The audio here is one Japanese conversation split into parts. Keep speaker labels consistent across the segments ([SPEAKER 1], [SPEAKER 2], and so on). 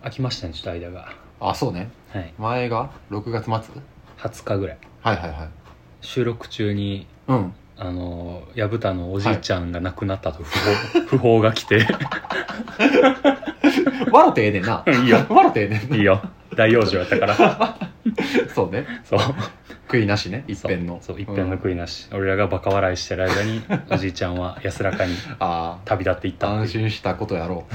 [SPEAKER 1] 空きましたねちょっと間が
[SPEAKER 2] あそうね
[SPEAKER 1] はい
[SPEAKER 2] 前が6月末は
[SPEAKER 1] 20日ぐらい
[SPEAKER 2] いはいはい
[SPEAKER 1] 収録中に
[SPEAKER 2] うん
[SPEAKER 1] あの薮田のおじいちゃんが亡くなった と不報,、不報が来て
[SPEAKER 2] 笑ってええねんな
[SPEAKER 1] いいよ
[SPEAKER 2] 笑ってええねんない
[SPEAKER 1] いよ大養生やった から
[SPEAKER 2] そうね
[SPEAKER 1] そう
[SPEAKER 2] 悔いなしね一遍の
[SPEAKER 1] そうそう一遍の
[SPEAKER 2] い、
[SPEAKER 1] 悔いなし、俺らがバカ笑いしてる間におじいちゃんは安らかに
[SPEAKER 2] うんあ
[SPEAKER 1] 旅立っていっ
[SPEAKER 2] あ
[SPEAKER 1] たっ
[SPEAKER 2] 安
[SPEAKER 1] ていう
[SPEAKER 2] 心したことやろ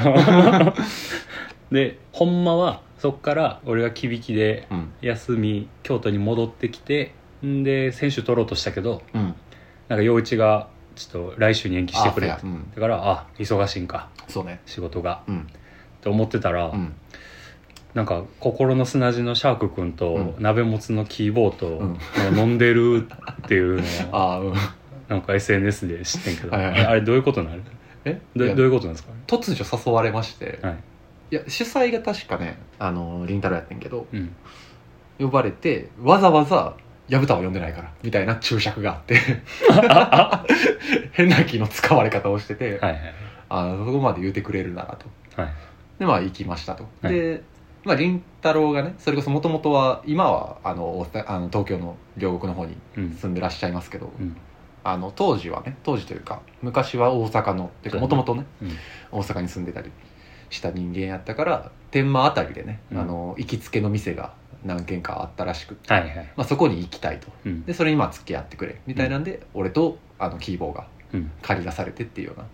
[SPEAKER 1] でほんまはそっから俺がきびきで
[SPEAKER 2] ううん
[SPEAKER 1] 休み京都に戻ってきてんで選手取ろうとしたけど
[SPEAKER 2] うん
[SPEAKER 1] なんか陽一がちょっと来週に延期してくれっ
[SPEAKER 2] あ
[SPEAKER 1] て
[SPEAKER 2] そうやうん
[SPEAKER 1] だからあ忙しいんか
[SPEAKER 2] そうね
[SPEAKER 1] 仕事が
[SPEAKER 2] うん
[SPEAKER 1] って思ってたら、
[SPEAKER 2] うん
[SPEAKER 1] なんか心の砂地のシャーク君と
[SPEAKER 2] う
[SPEAKER 1] 鍋もつのキーボー
[SPEAKER 2] うん
[SPEAKER 1] ドの飲んでるっていうのを
[SPEAKER 2] ああうん
[SPEAKER 1] なんか SNS で知ってんけど
[SPEAKER 2] はいはい
[SPEAKER 1] あれどういうことなの
[SPEAKER 2] え
[SPEAKER 1] ど
[SPEAKER 2] いや
[SPEAKER 1] どういうことなんですか
[SPEAKER 2] 突如誘われまして、
[SPEAKER 1] はい
[SPEAKER 2] いや主催が確かねあの凛太郎やってんけど
[SPEAKER 1] うん
[SPEAKER 2] 呼ばれてわざわざ薮田を呼んでないからみたいな注釈があって 変な気の使われ方をしてて、
[SPEAKER 1] はいはい
[SPEAKER 2] あそこまで言うてくれるならと
[SPEAKER 1] はい
[SPEAKER 2] でまあ行きましたと、
[SPEAKER 1] はい
[SPEAKER 2] で、まあ、凛太郎がねそれこそもともとは今はあの大阪あの東京の両国の方に
[SPEAKER 1] うん
[SPEAKER 2] 住んでらっしゃいますけど、
[SPEAKER 1] うん
[SPEAKER 2] あの当時はね当時というか昔は大阪のっていうか
[SPEAKER 1] そ
[SPEAKER 2] も
[SPEAKER 1] う
[SPEAKER 2] と
[SPEAKER 1] だね
[SPEAKER 2] もとね
[SPEAKER 1] うん
[SPEAKER 2] 大阪に住んでたりした人間やったから天満あたりでね、
[SPEAKER 1] うん
[SPEAKER 2] あの行きつけの店が何軒かあったらしくて、
[SPEAKER 1] はいはい
[SPEAKER 2] まあ、そこに行きたいと
[SPEAKER 1] うん
[SPEAKER 2] でそれにまあ付き合ってくれみたいなんで、俺とあのキーボーが
[SPEAKER 1] うん
[SPEAKER 2] 借り出されてっていうような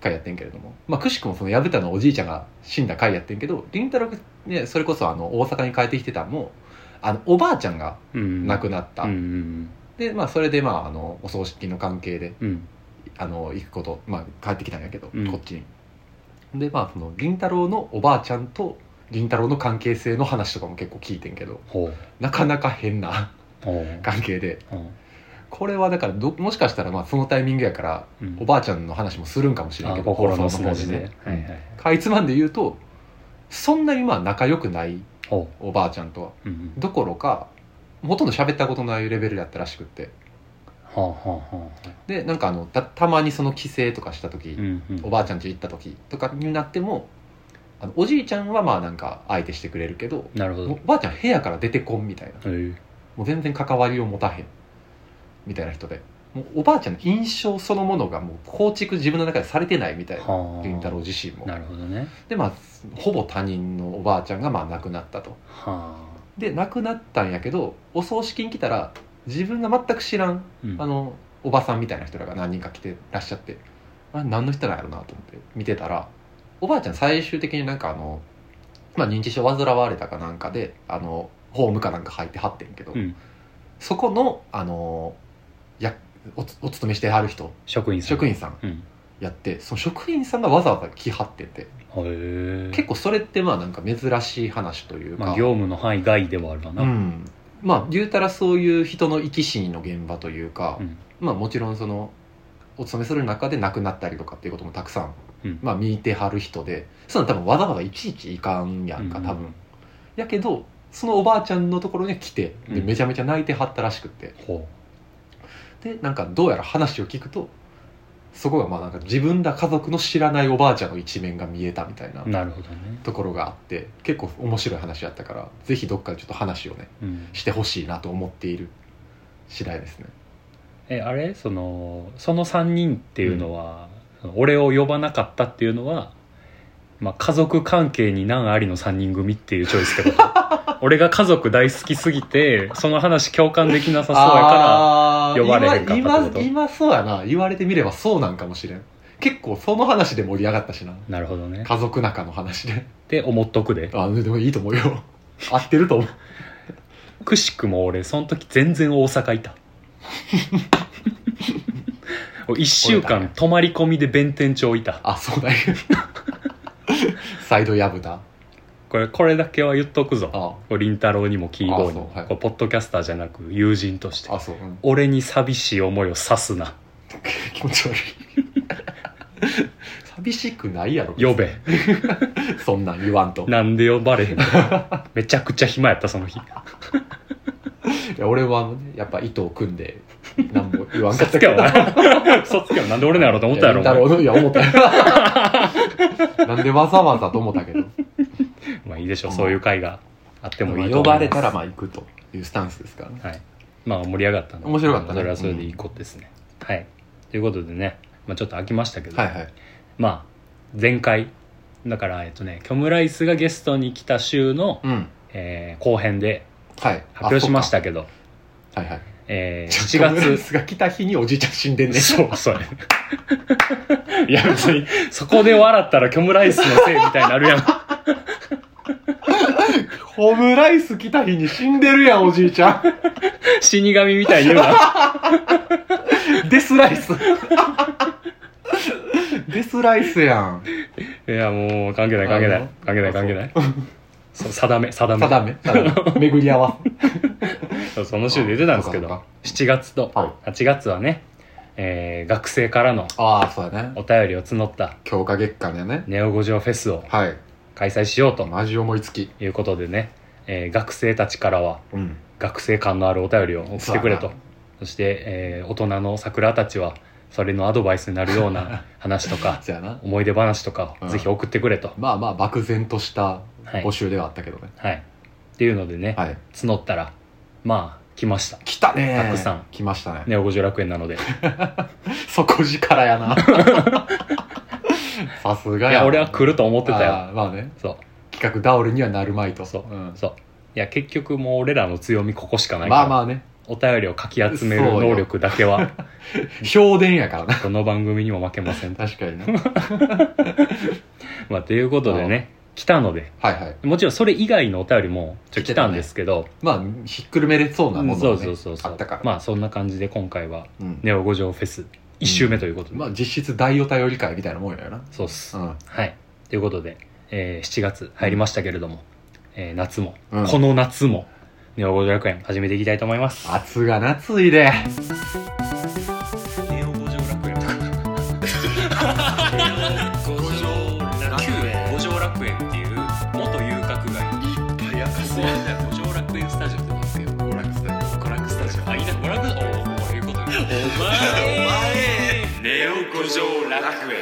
[SPEAKER 2] 回やってんけれども、まあ、くしくもその薮田のおじいちゃんが死んだ回やってんけど凛太郎がねそれこそあの大阪に帰ってきてたんもあのおばあちゃんが
[SPEAKER 1] うん
[SPEAKER 2] 亡くなった、
[SPEAKER 1] うんうん
[SPEAKER 2] で、まあ、それでまああのお葬式の関係で
[SPEAKER 1] うん
[SPEAKER 2] あの行くこと、まあ、帰ってきたんやけど、
[SPEAKER 1] うん
[SPEAKER 2] こっちにでまあその凛太郎のおばあちゃんと凛太郎の関係性の話とかも結構聞いてんけど
[SPEAKER 1] ほう
[SPEAKER 2] なかなか変な
[SPEAKER 1] ほう
[SPEAKER 2] 関係で
[SPEAKER 1] ほ
[SPEAKER 2] これはだからどもしかしたらまあそのタイミングやから
[SPEAKER 1] ううん
[SPEAKER 2] おばあちゃんの話もするんかもしれんけ
[SPEAKER 1] あ
[SPEAKER 2] ど
[SPEAKER 1] 心の
[SPEAKER 2] 放送
[SPEAKER 1] 砂
[SPEAKER 2] 方
[SPEAKER 1] 地ではいはい
[SPEAKER 2] かいつまんで言うとそんなにまあ仲良くない
[SPEAKER 1] ほ
[SPEAKER 2] おばあちゃんとは
[SPEAKER 1] ううんうん
[SPEAKER 2] どころかほとんど喋ったことないレベルやったらしくって
[SPEAKER 1] はあはあはあ
[SPEAKER 2] でなんかあのたたまにその帰省とかした時、
[SPEAKER 1] うんうん
[SPEAKER 2] おばあちゃん家行った時とかになってもあのおじいちゃんはまあなんか相手してくれるけど
[SPEAKER 1] なるほ
[SPEAKER 2] お
[SPEAKER 1] ど
[SPEAKER 2] ばあちゃん部屋から出てこんみたいな
[SPEAKER 1] へえ
[SPEAKER 2] もう全然関わりを持たへんみたいな人でもうおばあちゃんの印象そのものがもう構築自分の中でされてないみたいな
[SPEAKER 1] はあ
[SPEAKER 2] 凛太郎自身も
[SPEAKER 1] なるほどね
[SPEAKER 2] でまあほぼ他人のおばあちゃんがまあ亡くなったと
[SPEAKER 1] はあ
[SPEAKER 2] で亡くなったんやけどお葬式に来たら自分が全く知らん
[SPEAKER 1] うん
[SPEAKER 2] あのおばさんみたいな人らが何人か来てらっしゃってあ何の人なんやろなと思って見てたらおばあちゃん最終的になんかあの、まあ、認知症煩われたかなんかであのホームかなんか入ってはってんけど、
[SPEAKER 1] うん
[SPEAKER 2] そこのあのやおつお勤めしてはる人
[SPEAKER 1] 職員さん
[SPEAKER 2] 職員さん
[SPEAKER 1] うん
[SPEAKER 2] やってその職員さんがわざわざ来はってて
[SPEAKER 1] へえ
[SPEAKER 2] 結構それってまあなんか珍しい話というか、
[SPEAKER 1] まあ業務の範囲外ではあるわな、
[SPEAKER 2] うん、まあ言うたらそういう人の生き死にの現場というか、
[SPEAKER 1] うん
[SPEAKER 2] まあもちろんそのお勤めする中で亡くなったりとかっていうこともたくさん、
[SPEAKER 1] うん
[SPEAKER 2] まあ見てはる人でそんな多分わざわざいちいちいかんやんか多分、
[SPEAKER 1] うん
[SPEAKER 2] やけどそのおばあちゃんのところに来てで
[SPEAKER 1] うん
[SPEAKER 2] めちゃめちゃ泣いてはったらしくって
[SPEAKER 1] ほ
[SPEAKER 2] でなんかどうやら話を聞くとそこがまあなんか自分ら家族の知らないおばあちゃんの一面が見えたみたいな
[SPEAKER 1] うなるほどね、
[SPEAKER 2] ところがあって結構面白い話やったからぜひどっかでちょっと話をね
[SPEAKER 1] うん、
[SPEAKER 2] してほしいなと思っている次第ですね
[SPEAKER 1] えあれそのその3人っていうのは、その俺を呼ばなかったっていうのは、まあ、家族関係に難ありの3人組っていうチョイス ってこと俺が家族大好きすぎてその話共感できなさそうやか
[SPEAKER 2] あー
[SPEAKER 1] 呼ばれへんかったってこと
[SPEAKER 2] 今今今そうやな言われてみればそうなんかもしれん結構その話で盛り上がったしな
[SPEAKER 1] らなるほどねっ
[SPEAKER 2] 家族仲の話で
[SPEAKER 1] て思っとくで
[SPEAKER 2] あでもいいと思うよ 合ってると思う
[SPEAKER 1] くしくも俺その時全然大阪い た1週間泊まり込みで弁天町いた
[SPEAKER 2] あそうだよ サイドヤブタ
[SPEAKER 1] これこれだけは言っとくぞ
[SPEAKER 2] あ
[SPEAKER 1] これ凛太郎にもキーボーにも、
[SPEAKER 2] あそうはい
[SPEAKER 1] これポッドキャスターじゃなく友人として
[SPEAKER 2] あそう、うん、
[SPEAKER 1] 俺に寂しい思いをさすな
[SPEAKER 2] 気持ち悪い 寂しくないやろ
[SPEAKER 1] 呼 べ
[SPEAKER 2] そんなん言わんと
[SPEAKER 1] なんで呼ばれ へんのめちゃくちゃ暇やったその日
[SPEAKER 2] いや俺は、ね、やっぱ糸を組んで何も言わん
[SPEAKER 1] 嘘
[SPEAKER 2] かっ
[SPEAKER 1] つ
[SPEAKER 2] た
[SPEAKER 1] け
[SPEAKER 2] け
[SPEAKER 1] お
[SPEAKER 2] ど
[SPEAKER 1] 前 嘘つけよなんで俺なんやろうと思ったやろお前
[SPEAKER 2] いや、いいんだろういや、思ったよ。なんでわざわざと思ったけど。
[SPEAKER 1] お前まあいいでしょう、そういう会があってもいいと思いま
[SPEAKER 2] 呼
[SPEAKER 1] す
[SPEAKER 2] ばれたらまあ行くというスタンスですからね
[SPEAKER 1] はい、まあ盛り上がったんで
[SPEAKER 2] 面白かったね
[SPEAKER 1] それはそれでいいことですね、はいということでね、まあ、ちょっと飽きましたけど、
[SPEAKER 2] はいはい
[SPEAKER 1] まあ前回だからえっとねキョムライスがゲストに来た週の、
[SPEAKER 2] うん
[SPEAKER 1] えー後編で
[SPEAKER 2] はい
[SPEAKER 1] 発表しましたたけど、
[SPEAKER 2] はいはい
[SPEAKER 1] えー、
[SPEAKER 2] 7
[SPEAKER 1] 7
[SPEAKER 2] 月
[SPEAKER 1] 月
[SPEAKER 2] が来た日におじいちゃん死んでんね
[SPEAKER 1] そうそう やねいや別にそこで笑ったらキョムライスのせいみたいにな るやん
[SPEAKER 2] ホムライス来た日に死んでるやんおじいちゃ
[SPEAKER 1] 死神みたいに言うな
[SPEAKER 2] んデスライス デスライスやん
[SPEAKER 1] いやもう関係ない関係な
[SPEAKER 2] あの
[SPEAKER 1] い関係ない関係ないそう定め定め
[SPEAKER 2] 定め定 め巡り合わせ
[SPEAKER 1] そうその週で出てたんですけど
[SPEAKER 2] あそうか
[SPEAKER 1] 7月と
[SPEAKER 2] はい
[SPEAKER 1] 8月はね、えー学生からの
[SPEAKER 2] ああそうだね
[SPEAKER 1] お便りを募った
[SPEAKER 2] 強化月間やね
[SPEAKER 1] ネオ五条フェスを
[SPEAKER 2] はい
[SPEAKER 1] 開催しようと
[SPEAKER 2] マジ思いつき
[SPEAKER 1] いうことでね、えー学生たちからは
[SPEAKER 2] うん
[SPEAKER 1] 学生感のあるお便りを送ってくれ
[SPEAKER 2] そ
[SPEAKER 1] と
[SPEAKER 2] うや
[SPEAKER 1] そして、えー大人の桜たちはそれのアドバイスになるよう な話とか
[SPEAKER 2] そうやな
[SPEAKER 1] 思い出話とか
[SPEAKER 2] う
[SPEAKER 1] を
[SPEAKER 2] ん
[SPEAKER 1] ぜひ送ってくれと、
[SPEAKER 2] まあまあ漠然とした
[SPEAKER 1] はい
[SPEAKER 2] 募、集ではあったけどね
[SPEAKER 1] はい、っていうのでね、
[SPEAKER 2] はい
[SPEAKER 1] 募ったらまあ来ました
[SPEAKER 2] 来たね
[SPEAKER 1] たくさん
[SPEAKER 2] 来ましたね
[SPEAKER 1] ネオ五条楽園なので
[SPEAKER 2] 底力 やなさすが
[SPEAKER 1] い
[SPEAKER 2] や
[SPEAKER 1] や俺は来ると思ってたよ
[SPEAKER 2] あーまあね
[SPEAKER 1] そう
[SPEAKER 2] 企画倒れにはなるまいと
[SPEAKER 1] そうんそういや結局もう俺らの強みここしかないから、
[SPEAKER 2] まあまあね
[SPEAKER 1] お便りをかき集める能力だけ は
[SPEAKER 2] 評伝やからな
[SPEAKER 1] どの番組にも負けません
[SPEAKER 2] 確かになは
[SPEAKER 1] まあということでね来たので
[SPEAKER 2] いはい
[SPEAKER 1] もちろんそれ以外のお便りもちょっと来たんですけど、
[SPEAKER 2] まあひっくるめれそうなもの
[SPEAKER 1] そ
[SPEAKER 2] も
[SPEAKER 1] う
[SPEAKER 2] ね
[SPEAKER 1] そうそうそ
[SPEAKER 2] あ
[SPEAKER 1] う
[SPEAKER 2] ったから
[SPEAKER 1] まあそんな感じで今回は
[SPEAKER 2] うん
[SPEAKER 1] 「ネオ五条フェス」1周目ということで、
[SPEAKER 2] まあ実質大お便り会みたいなもんやな
[SPEAKER 1] そうっす、
[SPEAKER 2] うん
[SPEAKER 1] はいということで、えー7月入りましたけれども、えー夏も、
[SPEAKER 2] うん
[SPEAKER 1] この夏も「ネオ五条楽園」始めていきたいと思います
[SPEAKER 2] 暑が夏いで
[SPEAKER 1] ネオ五条楽園とか五条楽園五条楽園っていう元遊郭街
[SPEAKER 2] いや
[SPEAKER 1] そうじゃあ五条楽園スタジオってなんですよ
[SPEAKER 2] 娯楽スタジ
[SPEAKER 1] 娯楽スタジオあいいな娯楽おおこういうことお前お前ネオ五条楽園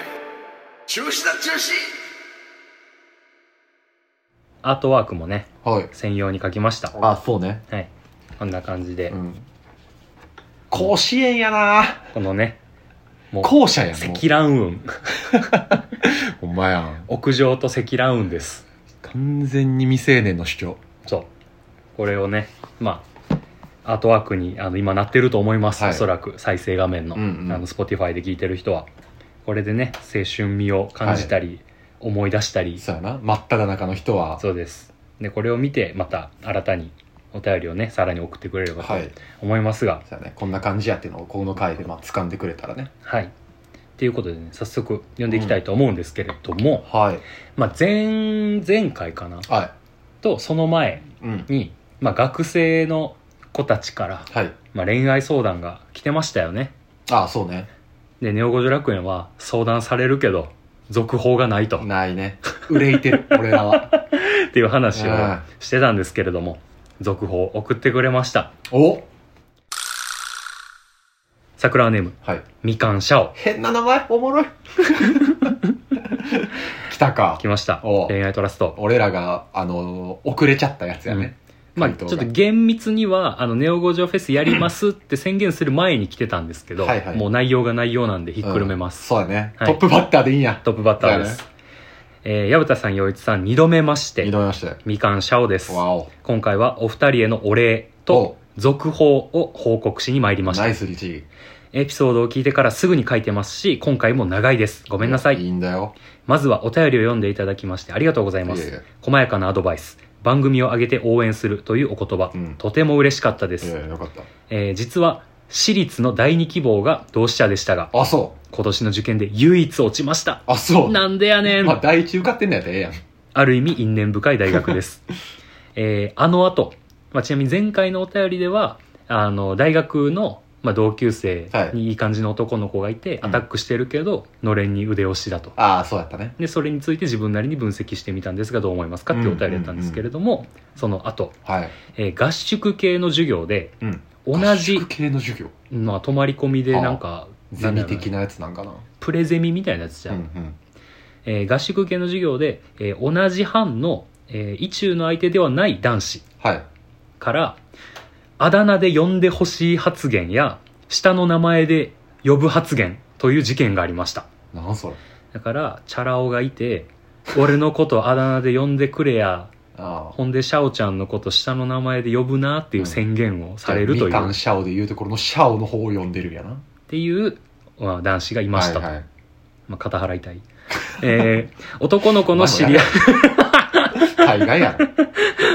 [SPEAKER 3] 中止だ中止
[SPEAKER 1] アートワークもね
[SPEAKER 2] オはい
[SPEAKER 1] 専用に書きました
[SPEAKER 2] あそうね
[SPEAKER 1] はいこんな感じで、
[SPEAKER 2] うん甲子園やな
[SPEAKER 1] このね
[SPEAKER 2] 校舎やんもう
[SPEAKER 1] 積乱雲
[SPEAKER 2] ほんまやん
[SPEAKER 1] 屋上と積乱雲です
[SPEAKER 2] 完全に未成年の主張
[SPEAKER 1] そうこれをねまあアートワークにあの今なってると思います、
[SPEAKER 2] はい
[SPEAKER 1] おそらく再生画面の,、
[SPEAKER 2] うんうん
[SPEAKER 1] あの Spotify で聞いてる人はこれでね青春味を感じたり、思い出したり
[SPEAKER 2] そうやな真っ只中の人は
[SPEAKER 1] そうですでこれを見てまた新たにお便りをねさらに送ってくれればと
[SPEAKER 2] はい
[SPEAKER 1] 思いますが
[SPEAKER 2] そうやねこんな感じやっていうのをこの回でまあ掴んでくれたらね
[SPEAKER 1] はいっていうことでね早速読んでいきたいと思うんですけれども、
[SPEAKER 2] はい
[SPEAKER 1] まあ、前前回かな
[SPEAKER 2] は
[SPEAKER 1] とその前
[SPEAKER 2] いうん
[SPEAKER 1] に、まあ、学生の子たちから、
[SPEAKER 2] はい
[SPEAKER 1] まあ、恋愛相談が来てましたよね
[SPEAKER 2] ああそうね
[SPEAKER 1] で、ネオ五条楽園は相談されるけど、続報がないと、
[SPEAKER 2] ないね憂いて る俺らは
[SPEAKER 1] っていう話を
[SPEAKER 2] うん
[SPEAKER 1] してたんですけれども、続報送ってくれました。
[SPEAKER 2] お
[SPEAKER 1] 桜ネーム、
[SPEAKER 2] はい
[SPEAKER 1] みかんシャオ、
[SPEAKER 2] 変な名前おもろい 来たか
[SPEAKER 1] 来ました。
[SPEAKER 2] おう
[SPEAKER 1] 恋愛トラスト。
[SPEAKER 2] 俺らがあの遅れちゃったやつやね、
[SPEAKER 1] まあ、
[SPEAKER 2] 回
[SPEAKER 1] ち
[SPEAKER 2] 答
[SPEAKER 1] ょっ
[SPEAKER 2] が
[SPEAKER 1] と厳密には、あの、ネオ五条フェスやりますって宣言する前に来てたんですけど、
[SPEAKER 2] はいはい
[SPEAKER 1] もう内容が内容なんでひっくるめます。
[SPEAKER 2] そうやね、
[SPEAKER 1] はい
[SPEAKER 2] トップバッターでいいんや
[SPEAKER 1] トップバッターです。えー、矢蓋さん、洋一さん、二度目まして
[SPEAKER 2] 二、度目まして
[SPEAKER 1] みかんシャオです。
[SPEAKER 2] わお
[SPEAKER 1] 今回はお二人へのお礼と、続報を報告しに参りました
[SPEAKER 2] ナ。イスリチ
[SPEAKER 1] エピソードを聞いてからすぐに書いてますし、今回も長いです。ご
[SPEAKER 2] ご
[SPEAKER 1] めんなさい。
[SPEAKER 2] いいんだよ
[SPEAKER 1] まずはお便りを読んでいただきましてありがとうございま
[SPEAKER 2] いえいえ
[SPEAKER 1] す。細やかなアドバイス。番組を上げて応援するというお言葉、
[SPEAKER 2] うん
[SPEAKER 1] とても嬉しかったで
[SPEAKER 2] い
[SPEAKER 1] す、
[SPEAKER 2] やいやよかった
[SPEAKER 1] えー実は私立の第二希望が同志社でしたが
[SPEAKER 2] あそう
[SPEAKER 1] 今年の受験で唯一落ちました
[SPEAKER 2] あそう
[SPEAKER 1] なんでやねん
[SPEAKER 2] まあ第一受かってんのやったらええやん
[SPEAKER 1] ある意味因縁深い大学 です。えーあの後、まあ、ちなみに前回のお便りでは、あの、大学の、まあ、同級生
[SPEAKER 2] はい
[SPEAKER 1] にいい感じの男の子がいて、
[SPEAKER 2] うん
[SPEAKER 1] アタックしてるけど、のれんに腕押しだと。
[SPEAKER 2] ああそうやったね
[SPEAKER 1] で、それについて自分なりに分析してみたんですが、どう思いますかっていうお便りだったんですけれども、その後、
[SPEAKER 2] はい
[SPEAKER 1] えー合宿系の授業で、
[SPEAKER 2] うん
[SPEAKER 1] 同じ
[SPEAKER 2] 合宿、系の授業
[SPEAKER 1] まあ、泊まり込みでなんか、
[SPEAKER 2] ゼミ的
[SPEAKER 1] な。
[SPEAKER 2] なやつなんかな
[SPEAKER 1] プレゼミみたいなやつじゃ。
[SPEAKER 2] うんんうん
[SPEAKER 1] えー合宿系の授業で、えー同じ班のえー意中の相手ではない男子
[SPEAKER 2] はい
[SPEAKER 1] からあだ名で呼んでほしい発言や下の名前で呼ぶ発言という事件がありました
[SPEAKER 2] なんそれ
[SPEAKER 1] だからチャラ男がいて俺のことあだ名で呼んでくれや
[SPEAKER 2] ああ
[SPEAKER 1] ほんでシャオちゃんのこと下の名前で呼ぶなっていう宣言をされるという、
[SPEAKER 2] じゃあみか
[SPEAKER 1] っ
[SPEAKER 2] んシャオでいうところのシャオの方を呼んでるんやな
[SPEAKER 1] ていう、まあ、男子がいましたと、
[SPEAKER 2] はいはい
[SPEAKER 1] まあ、肩払いたい、 えー男の子の知り合い
[SPEAKER 2] 大概やろ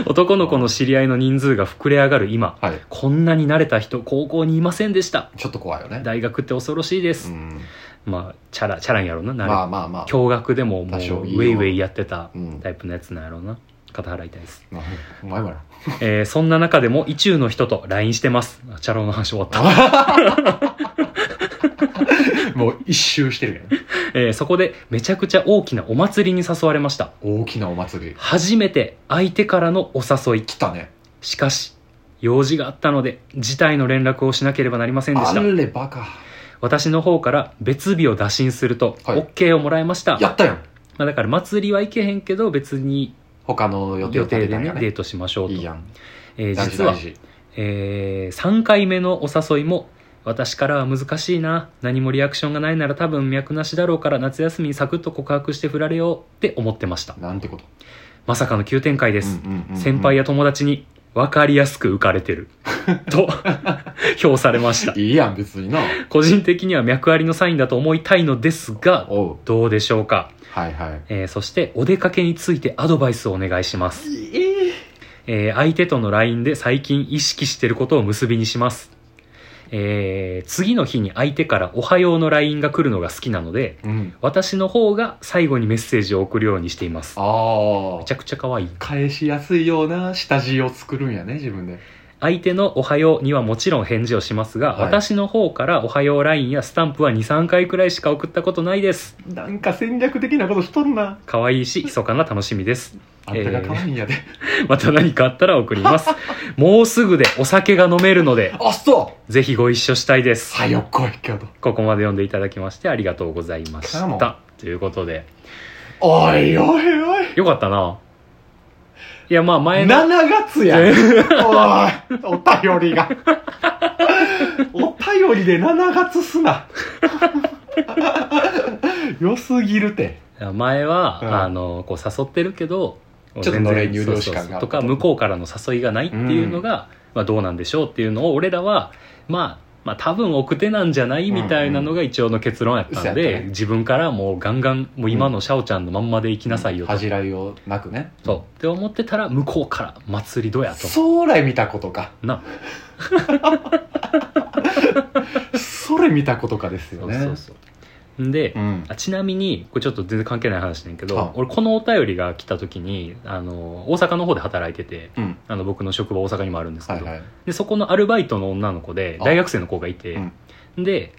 [SPEAKER 1] 男の子の知り合いの人数が膨れ上がる今
[SPEAKER 2] はい
[SPEAKER 1] こんなに慣れた人高校にいませんでした
[SPEAKER 2] ちょっと怖いよね
[SPEAKER 1] 大学って恐ろしいで
[SPEAKER 2] う
[SPEAKER 1] す、
[SPEAKER 2] ん
[SPEAKER 1] まあチャラチャラんやろな慣れ、
[SPEAKER 2] まあまあまあ
[SPEAKER 1] 驚愕でももう
[SPEAKER 2] 多
[SPEAKER 1] ウ
[SPEAKER 2] 少
[SPEAKER 1] ェ
[SPEAKER 2] いいよ
[SPEAKER 1] イウェイやってた
[SPEAKER 2] うん
[SPEAKER 1] タイプのやつなんやろうな肩払いたいです、
[SPEAKER 2] まあお前もや
[SPEAKER 1] えーそんな中でも意中の人と LINE してますあチャラ男の話終わった
[SPEAKER 2] なもう一周してるやん
[SPEAKER 1] えーそこでめちゃくちゃ大きなお祭りに誘われました
[SPEAKER 2] 大きなお祭り
[SPEAKER 1] 初めて相手からのお誘い
[SPEAKER 2] 来たね
[SPEAKER 1] しかし用事があったので事態の連絡をしなければなりませんでし
[SPEAKER 2] あ
[SPEAKER 1] た
[SPEAKER 2] れバカ
[SPEAKER 1] 私の方から別日を打診すると
[SPEAKER 2] はい
[SPEAKER 1] OK をもらいました、
[SPEAKER 2] やったやん
[SPEAKER 1] まあ、だから祭りは行けへんけど別に
[SPEAKER 2] 他の予定
[SPEAKER 1] 予
[SPEAKER 2] を立
[SPEAKER 1] 定
[SPEAKER 2] て
[SPEAKER 1] で
[SPEAKER 2] たん
[SPEAKER 1] ね
[SPEAKER 2] や
[SPEAKER 1] デ
[SPEAKER 2] ね
[SPEAKER 1] ートしましょうと
[SPEAKER 2] いいやん
[SPEAKER 1] えー
[SPEAKER 2] 大事
[SPEAKER 1] 実は
[SPEAKER 2] 大、事
[SPEAKER 1] え3回目のお誘いも私からは難しいな何もリアクションがないなら多分脈なしだろうから夏休みにサクッと告白して振られようって思ってました
[SPEAKER 2] なんてこと
[SPEAKER 1] まさかの急展開です、
[SPEAKER 2] うんうんうんうん
[SPEAKER 1] 先輩や友達に分かりやすく浮かれて ると評されました
[SPEAKER 2] いいやん別 にな
[SPEAKER 1] 個人的には脈ありのサインだと思いたいのですが
[SPEAKER 2] おう
[SPEAKER 1] どうでしょうか、
[SPEAKER 2] はいはい
[SPEAKER 1] えーそしてお出かけについてアドバイスをお願いします、えー相手との LINE で最近意識してることを結びにしますえー次の日に相手から「おはよう」の LINE が来るのが好きなので
[SPEAKER 2] うん
[SPEAKER 1] 私の方が最後にメッセージを送るようにしています
[SPEAKER 2] あ
[SPEAKER 1] めち
[SPEAKER 2] あ
[SPEAKER 1] ゃくちゃ可愛い
[SPEAKER 2] 返しやすいような下地を作るんやね自分で
[SPEAKER 1] 相手の「おはよう」にはもちろん返事をしますが、
[SPEAKER 2] はい
[SPEAKER 1] 私の方から「おはよう」LINE やスタンプは23回くらいしか送ったことないです
[SPEAKER 2] なんか戦略的なことしとんな
[SPEAKER 1] 可愛いし密かな楽しみです
[SPEAKER 2] あんたが可愛いんやで、
[SPEAKER 1] また何かあったら送り ますもうすぐでお酒が飲めるので
[SPEAKER 2] あそう
[SPEAKER 1] ぜひご一緒したいです
[SPEAKER 2] はよ来いけど
[SPEAKER 1] ここまで読んでいただきましてありがとうございまし
[SPEAKER 2] かも
[SPEAKER 1] たということで
[SPEAKER 2] おいおいおい
[SPEAKER 1] よかったないやまあ前の
[SPEAKER 2] 7月やおいお便りがお便りで7月すな 良すぎるて
[SPEAKER 1] 前は、
[SPEAKER 2] うん
[SPEAKER 1] あのこう誘ってるけど
[SPEAKER 2] ょっと乗れ入領士
[SPEAKER 1] そうそ
[SPEAKER 2] 感が
[SPEAKER 1] うそうとか向こうからの誘いがないっていうのが、まあ、どうなんでしょうっていうのを俺らはまあまあ多分奥手なんじゃないみたいなのが一応の結論やったん
[SPEAKER 2] そう
[SPEAKER 1] で、
[SPEAKER 2] やったね
[SPEAKER 1] 自分からもうガンガンもう今のシャオちゃんのまんまで行きなさいよと、
[SPEAKER 2] 恥じらいをなくね
[SPEAKER 1] そうって思ってたら向こうから祭りどやと
[SPEAKER 2] それ見たことか
[SPEAKER 1] な、
[SPEAKER 2] それ見たことかで
[SPEAKER 1] そ
[SPEAKER 2] すよ
[SPEAKER 1] う
[SPEAKER 2] ね
[SPEAKER 1] そうそうで、
[SPEAKER 2] うん
[SPEAKER 1] あちなみにこれちょっと全然関係ない話なんやけど、
[SPEAKER 2] はい
[SPEAKER 1] 俺このお便りが来た時にあの大阪の方で働いてて
[SPEAKER 2] うん
[SPEAKER 1] あの僕の職場大阪にもあるんですけ
[SPEAKER 2] は
[SPEAKER 1] ど、
[SPEAKER 2] いはい
[SPEAKER 1] でそこのアルバイトの女の子で
[SPEAKER 2] あ
[SPEAKER 1] 大学生の子がいて、で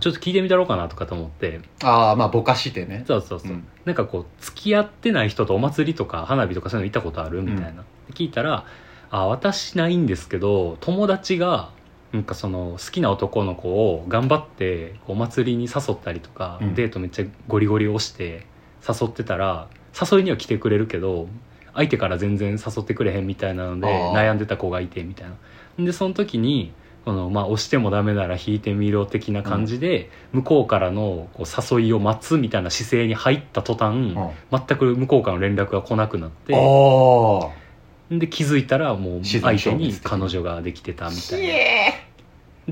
[SPEAKER 1] ちょっと聞いてみたろうかなとかと思って
[SPEAKER 2] ああまあぼかしてね
[SPEAKER 1] そうそうそう、
[SPEAKER 2] うん
[SPEAKER 1] なんかこう付き合ってない人とお祭りとか花火とかそういうの行ったことあるみたいな、聞いたらあ私ないんですけど友達がなんかその好きな男の子を頑張ってお祭りに誘ったりとか、
[SPEAKER 2] うん
[SPEAKER 1] デートめっちゃゴリゴリ押して誘ってたら誘いには来てくれるけど相手から全然誘ってくれへんみたいなので
[SPEAKER 2] あー
[SPEAKER 1] 悩んでた子がいてみたいなでその時にこの、まあ、押してもダメなら引いてみろ的な感じで、向こうからのこう誘いを待つみたいな姿勢に入った途端、
[SPEAKER 2] うんあ
[SPEAKER 1] 全く向こうからの連絡が来なくなって
[SPEAKER 2] あ
[SPEAKER 1] で気づいたらもう
[SPEAKER 2] 自然
[SPEAKER 1] 相手
[SPEAKER 2] 消滅
[SPEAKER 1] に
[SPEAKER 2] 的
[SPEAKER 1] 彼女ができてたみたいな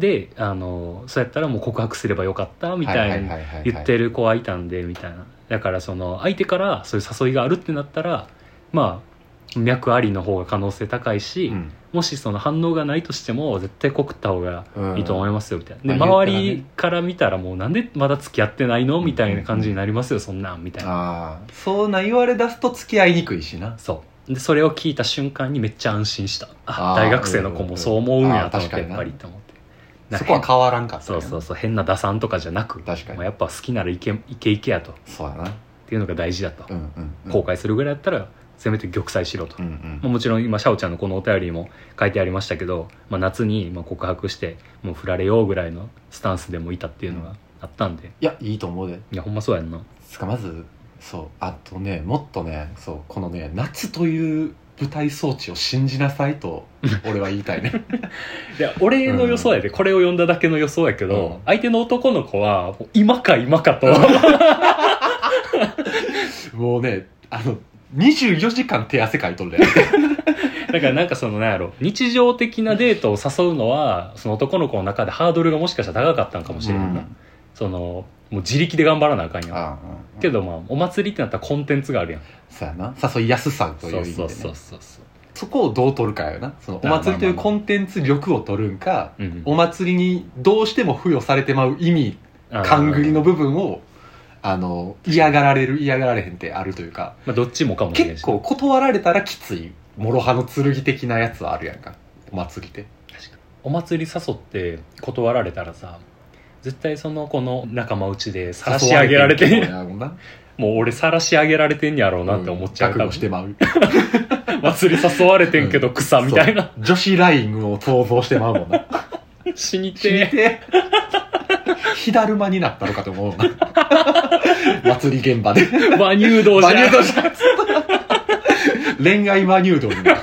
[SPEAKER 1] であのそうやったらもう告白すればよかったみたいな言って
[SPEAKER 2] る
[SPEAKER 1] る子はいたんでみたいなだからその相手からそういう誘いがあるってなったらまあ脈ありの方が可能性高いし、もしその反応がないとしても絶対告った方がいいと思いますよみたいな、で
[SPEAKER 2] まあ
[SPEAKER 1] 周
[SPEAKER 2] 言うたらね
[SPEAKER 1] りから見たらもうなんでまだ付き合ってないのみたいな感じになりますよそんなんみたいな
[SPEAKER 2] ああそんな言われ出すと付き合いにくいしな
[SPEAKER 1] そうでそれを聞いた瞬間にめっちゃ安心したあ
[SPEAKER 2] あー
[SPEAKER 1] 大学生の子もそう思うんやと思って
[SPEAKER 2] うん
[SPEAKER 1] やっぱ
[SPEAKER 2] うんうんあー確か
[SPEAKER 1] り
[SPEAKER 2] にな
[SPEAKER 1] と思ってなん
[SPEAKER 2] そ
[SPEAKER 1] か
[SPEAKER 2] こは変わらんかった
[SPEAKER 1] そ
[SPEAKER 2] よ
[SPEAKER 1] うそうそう変な打算とかじゃなく
[SPEAKER 2] 確かに
[SPEAKER 1] もうやっぱ好きならいけいけいけやとっ
[SPEAKER 2] そうやな
[SPEAKER 1] ていうのが大事だと、
[SPEAKER 2] うんうんうん
[SPEAKER 1] 後悔するぐらいだったらせめて玉砕しろと
[SPEAKER 2] う、んうん
[SPEAKER 1] まあもちろん今シャオちゃんのこのお便りにも書いてありましたけど、まあ、夏にまあ告白してもう振られようぐらいのスタンスでもいたっていうのがあったんで、
[SPEAKER 2] いやいいと思うで
[SPEAKER 1] いやほんまそうやんな
[SPEAKER 2] つかまずそうあとねもっとねそうこのね夏という舞台装置を信じなさい と俺は言いたいね
[SPEAKER 1] いや俺の予想やで、これを読んだだけの予想やけど、
[SPEAKER 2] うん
[SPEAKER 1] 相手の男の子はもう今か今かと
[SPEAKER 2] もうねあの24時間手汗かいとるで
[SPEAKER 1] だからなんかそのなんやろ日常的なデートを誘うのはその男の子の中でハードルがもしかしたら高かったんかもしれないな、
[SPEAKER 2] うん
[SPEAKER 1] そのもう自力で頑張らなあかんやん
[SPEAKER 2] ああ
[SPEAKER 1] け
[SPEAKER 2] ど
[SPEAKER 1] どまあお祭りってなったらコンテンツがあるやん
[SPEAKER 2] そうやな誘いやすさという意
[SPEAKER 1] そうそ
[SPEAKER 2] 味で、ね、
[SPEAKER 1] うそうそうそう
[SPEAKER 2] そこをどう取るかやなそのお
[SPEAKER 1] まあまあまあ
[SPEAKER 2] 祭りというコンテンツ力を取るんか
[SPEAKER 1] うん
[SPEAKER 2] お祭りにどうしても付与されてまう意味
[SPEAKER 1] あー
[SPEAKER 2] 勘繰りの部分をあの嫌がられる嫌がられへんってあるというか
[SPEAKER 1] まあ、どっちもかもしれない
[SPEAKER 2] 結構断られたらきつい諸刃の剣的なやつはあるやんかお祭りで
[SPEAKER 1] お祭り誘って断られたらさ絶対その子の仲間内で晒し上げられて
[SPEAKER 2] 誘われんけどな
[SPEAKER 1] もう俺晒し上げられてんやろうなって思っちゃう、
[SPEAKER 2] 覚悟してまう
[SPEAKER 1] 祭り誘われてんけど草 みたいな、
[SPEAKER 2] そう女子ラインを想像してまうもんな
[SPEAKER 1] 死に
[SPEAKER 2] 死に
[SPEAKER 1] て
[SPEAKER 2] て火だるまになったのかと思うもんな 祭り現場で
[SPEAKER 1] え馬入道じ
[SPEAKER 2] マニュ
[SPEAKER 1] ゃ
[SPEAKER 2] ー
[SPEAKER 1] ん
[SPEAKER 2] ドじゃん恋愛マニュードになる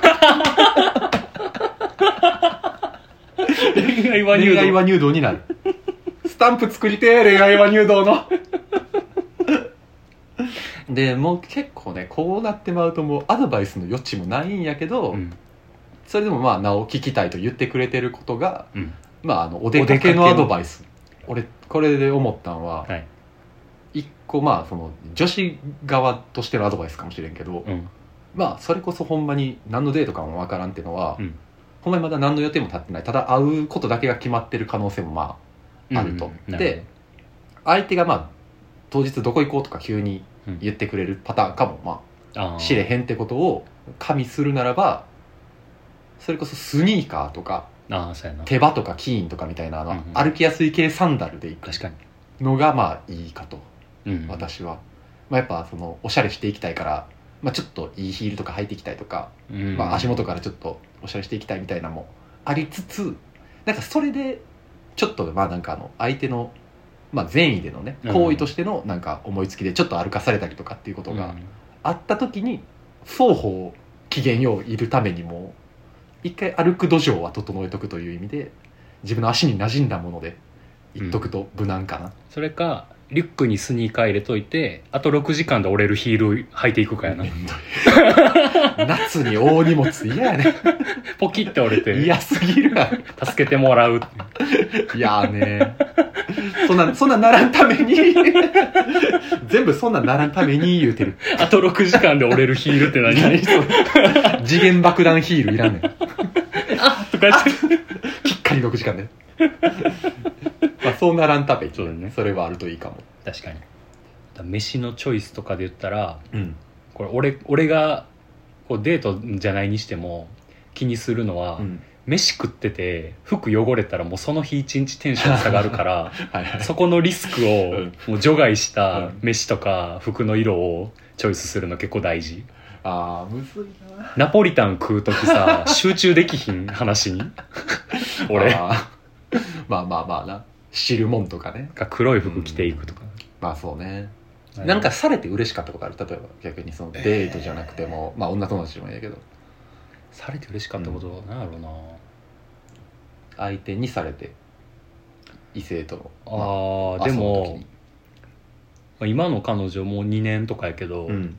[SPEAKER 1] 恋愛馬入
[SPEAKER 2] 恋
[SPEAKER 1] 道
[SPEAKER 2] 愛マニュードになるスタンプ作りてえ恋愛マニュードの でもう結構ねこうなってまうともうアドバイスの余地もないんやけど、
[SPEAKER 1] うん
[SPEAKER 2] それでもまあなお聞きたいと言ってくれてることが、
[SPEAKER 1] うん
[SPEAKER 2] まあ、あのお出かけ
[SPEAKER 1] お出か
[SPEAKER 2] のア
[SPEAKER 1] けの
[SPEAKER 2] ドバイス俺これで思ったのは、
[SPEAKER 1] はい
[SPEAKER 2] 一個まあその女子側としてのアドバイスかもしれんけど、
[SPEAKER 1] うん
[SPEAKER 2] まあそれこそほんまに何のデートかもわからんっていうのは、
[SPEAKER 1] うん
[SPEAKER 2] ほんまにまだ何の予定も立ってないただ会うことだけが決まってる可能性もまああると、
[SPEAKER 1] うん
[SPEAKER 2] で相手がまあ当日どこ行こうとか急に言ってくれるパターンかもま
[SPEAKER 1] なるほどあー
[SPEAKER 2] あ知れへんってことを加味するならばそれこそスニーカーとか
[SPEAKER 1] あーそうやな
[SPEAKER 2] 手羽とかキーンとかみたいなあの、
[SPEAKER 1] うんうん
[SPEAKER 2] 歩きやすい系サンダルで行く
[SPEAKER 1] 確か
[SPEAKER 2] のがまあいいかと
[SPEAKER 1] に、うん、
[SPEAKER 2] 私は、まあ、やっぱそのおしゃれしていきたいから、まあ、ちょっといいヒールとか履いていきたいとか、
[SPEAKER 1] うん
[SPEAKER 2] まあ、足元からちょっとおしゃれしていきたいみたいなのもありつつなんかそれでちょっとまあなんかあの相手の、まあ、善意でのね
[SPEAKER 1] うん
[SPEAKER 2] 行為としてのなんか思いつきでちょっと歩かされたりとかっていうこと
[SPEAKER 1] う
[SPEAKER 2] が
[SPEAKER 1] ん
[SPEAKER 2] あった時に双方機嫌よういるためにも一回歩く土壌は整えとくという意味で自分の足に馴染んだもので言っとくと無難かな、
[SPEAKER 1] それかリュックにスニーカー入れといてあと6時間で折れるヒール履いていくかやな
[SPEAKER 2] めんどい 夏に大荷物嫌やね
[SPEAKER 1] ポキって折れて
[SPEAKER 2] 嫌すぎるわ
[SPEAKER 1] 助けてもらう
[SPEAKER 2] いやーねそんなそんなならんために全部そんなならんために言うてる
[SPEAKER 1] あと6時間で折れるヒールって何
[SPEAKER 2] 何それ次元爆弾ヒールいらんね ん
[SPEAKER 1] とか言って
[SPEAKER 2] きっかり6時間で、まあ、そうならんために
[SPEAKER 1] そうだね
[SPEAKER 2] それはあるといいかも
[SPEAKER 1] 確かにだから飯のチョイスとかで言ったら
[SPEAKER 2] うん
[SPEAKER 1] これ俺俺がこうデートじゃないにしても気にするのは、
[SPEAKER 2] うん
[SPEAKER 1] 飯食ってて服汚れたらもうその日一日テンション下がるから
[SPEAKER 2] はいはい
[SPEAKER 1] そこのリスク
[SPEAKER 2] う
[SPEAKER 1] をもう除外した
[SPEAKER 2] うん
[SPEAKER 1] 飯とか服の色をチョイスするの結構大事
[SPEAKER 2] あーむずいな
[SPEAKER 1] ナポリタン食う時 さ集中できひん話に俺
[SPEAKER 2] あーまあまあまあな汁もんとかね
[SPEAKER 1] が黒い服着ていくとか、
[SPEAKER 2] まあそうねなんかされて嬉しかったことある例えば逆にそのデートじゃなくても、まあ女友達でもいいやけど
[SPEAKER 1] されて嬉しかったことなんやろうな、
[SPEAKER 2] 相手にされて異性との
[SPEAKER 1] あー、
[SPEAKER 2] まあ
[SPEAKER 1] で
[SPEAKER 2] 遊ぶ時
[SPEAKER 1] も
[SPEAKER 2] に
[SPEAKER 1] まあ今の彼女もう2年とかやけど、
[SPEAKER 2] うん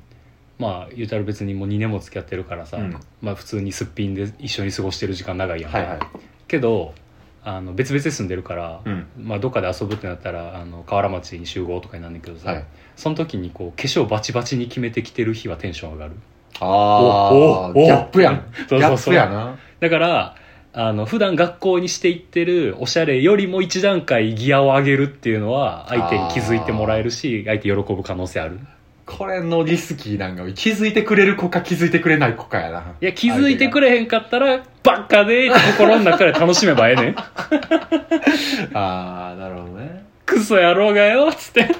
[SPEAKER 1] まあ言うたら別にもう2年も付き合ってるからさ、
[SPEAKER 2] うん
[SPEAKER 1] まあ、普通にすっぴんで一緒に過ごしてる時間長いやん、
[SPEAKER 2] はいはい
[SPEAKER 1] けどあの別々で住んでるから、
[SPEAKER 2] うん
[SPEAKER 1] まあ、どっかで遊ぶってなったらあの河原町に集合とかになんねんけどさ、
[SPEAKER 2] はい
[SPEAKER 1] その時にこう化粧バチバチに決めてきてる日はテンション上がる
[SPEAKER 2] ああ
[SPEAKER 1] おおお
[SPEAKER 2] ギャップやんギ
[SPEAKER 1] そうそうそう
[SPEAKER 2] ャップやな
[SPEAKER 1] だからあの普段学校にしていってるおしゃれよりも一段階ギアを上げるっていうのは相手に気づいてもらえるし相手喜ぶ可能性ある
[SPEAKER 2] これのリスキーなんか気づいてくれる子か気づいてくれない子かやない
[SPEAKER 1] や気づいてくれへんかったらバカでーって心の中で楽しめばええね ん
[SPEAKER 2] ああなるほどね
[SPEAKER 1] クソ野郎がよっつって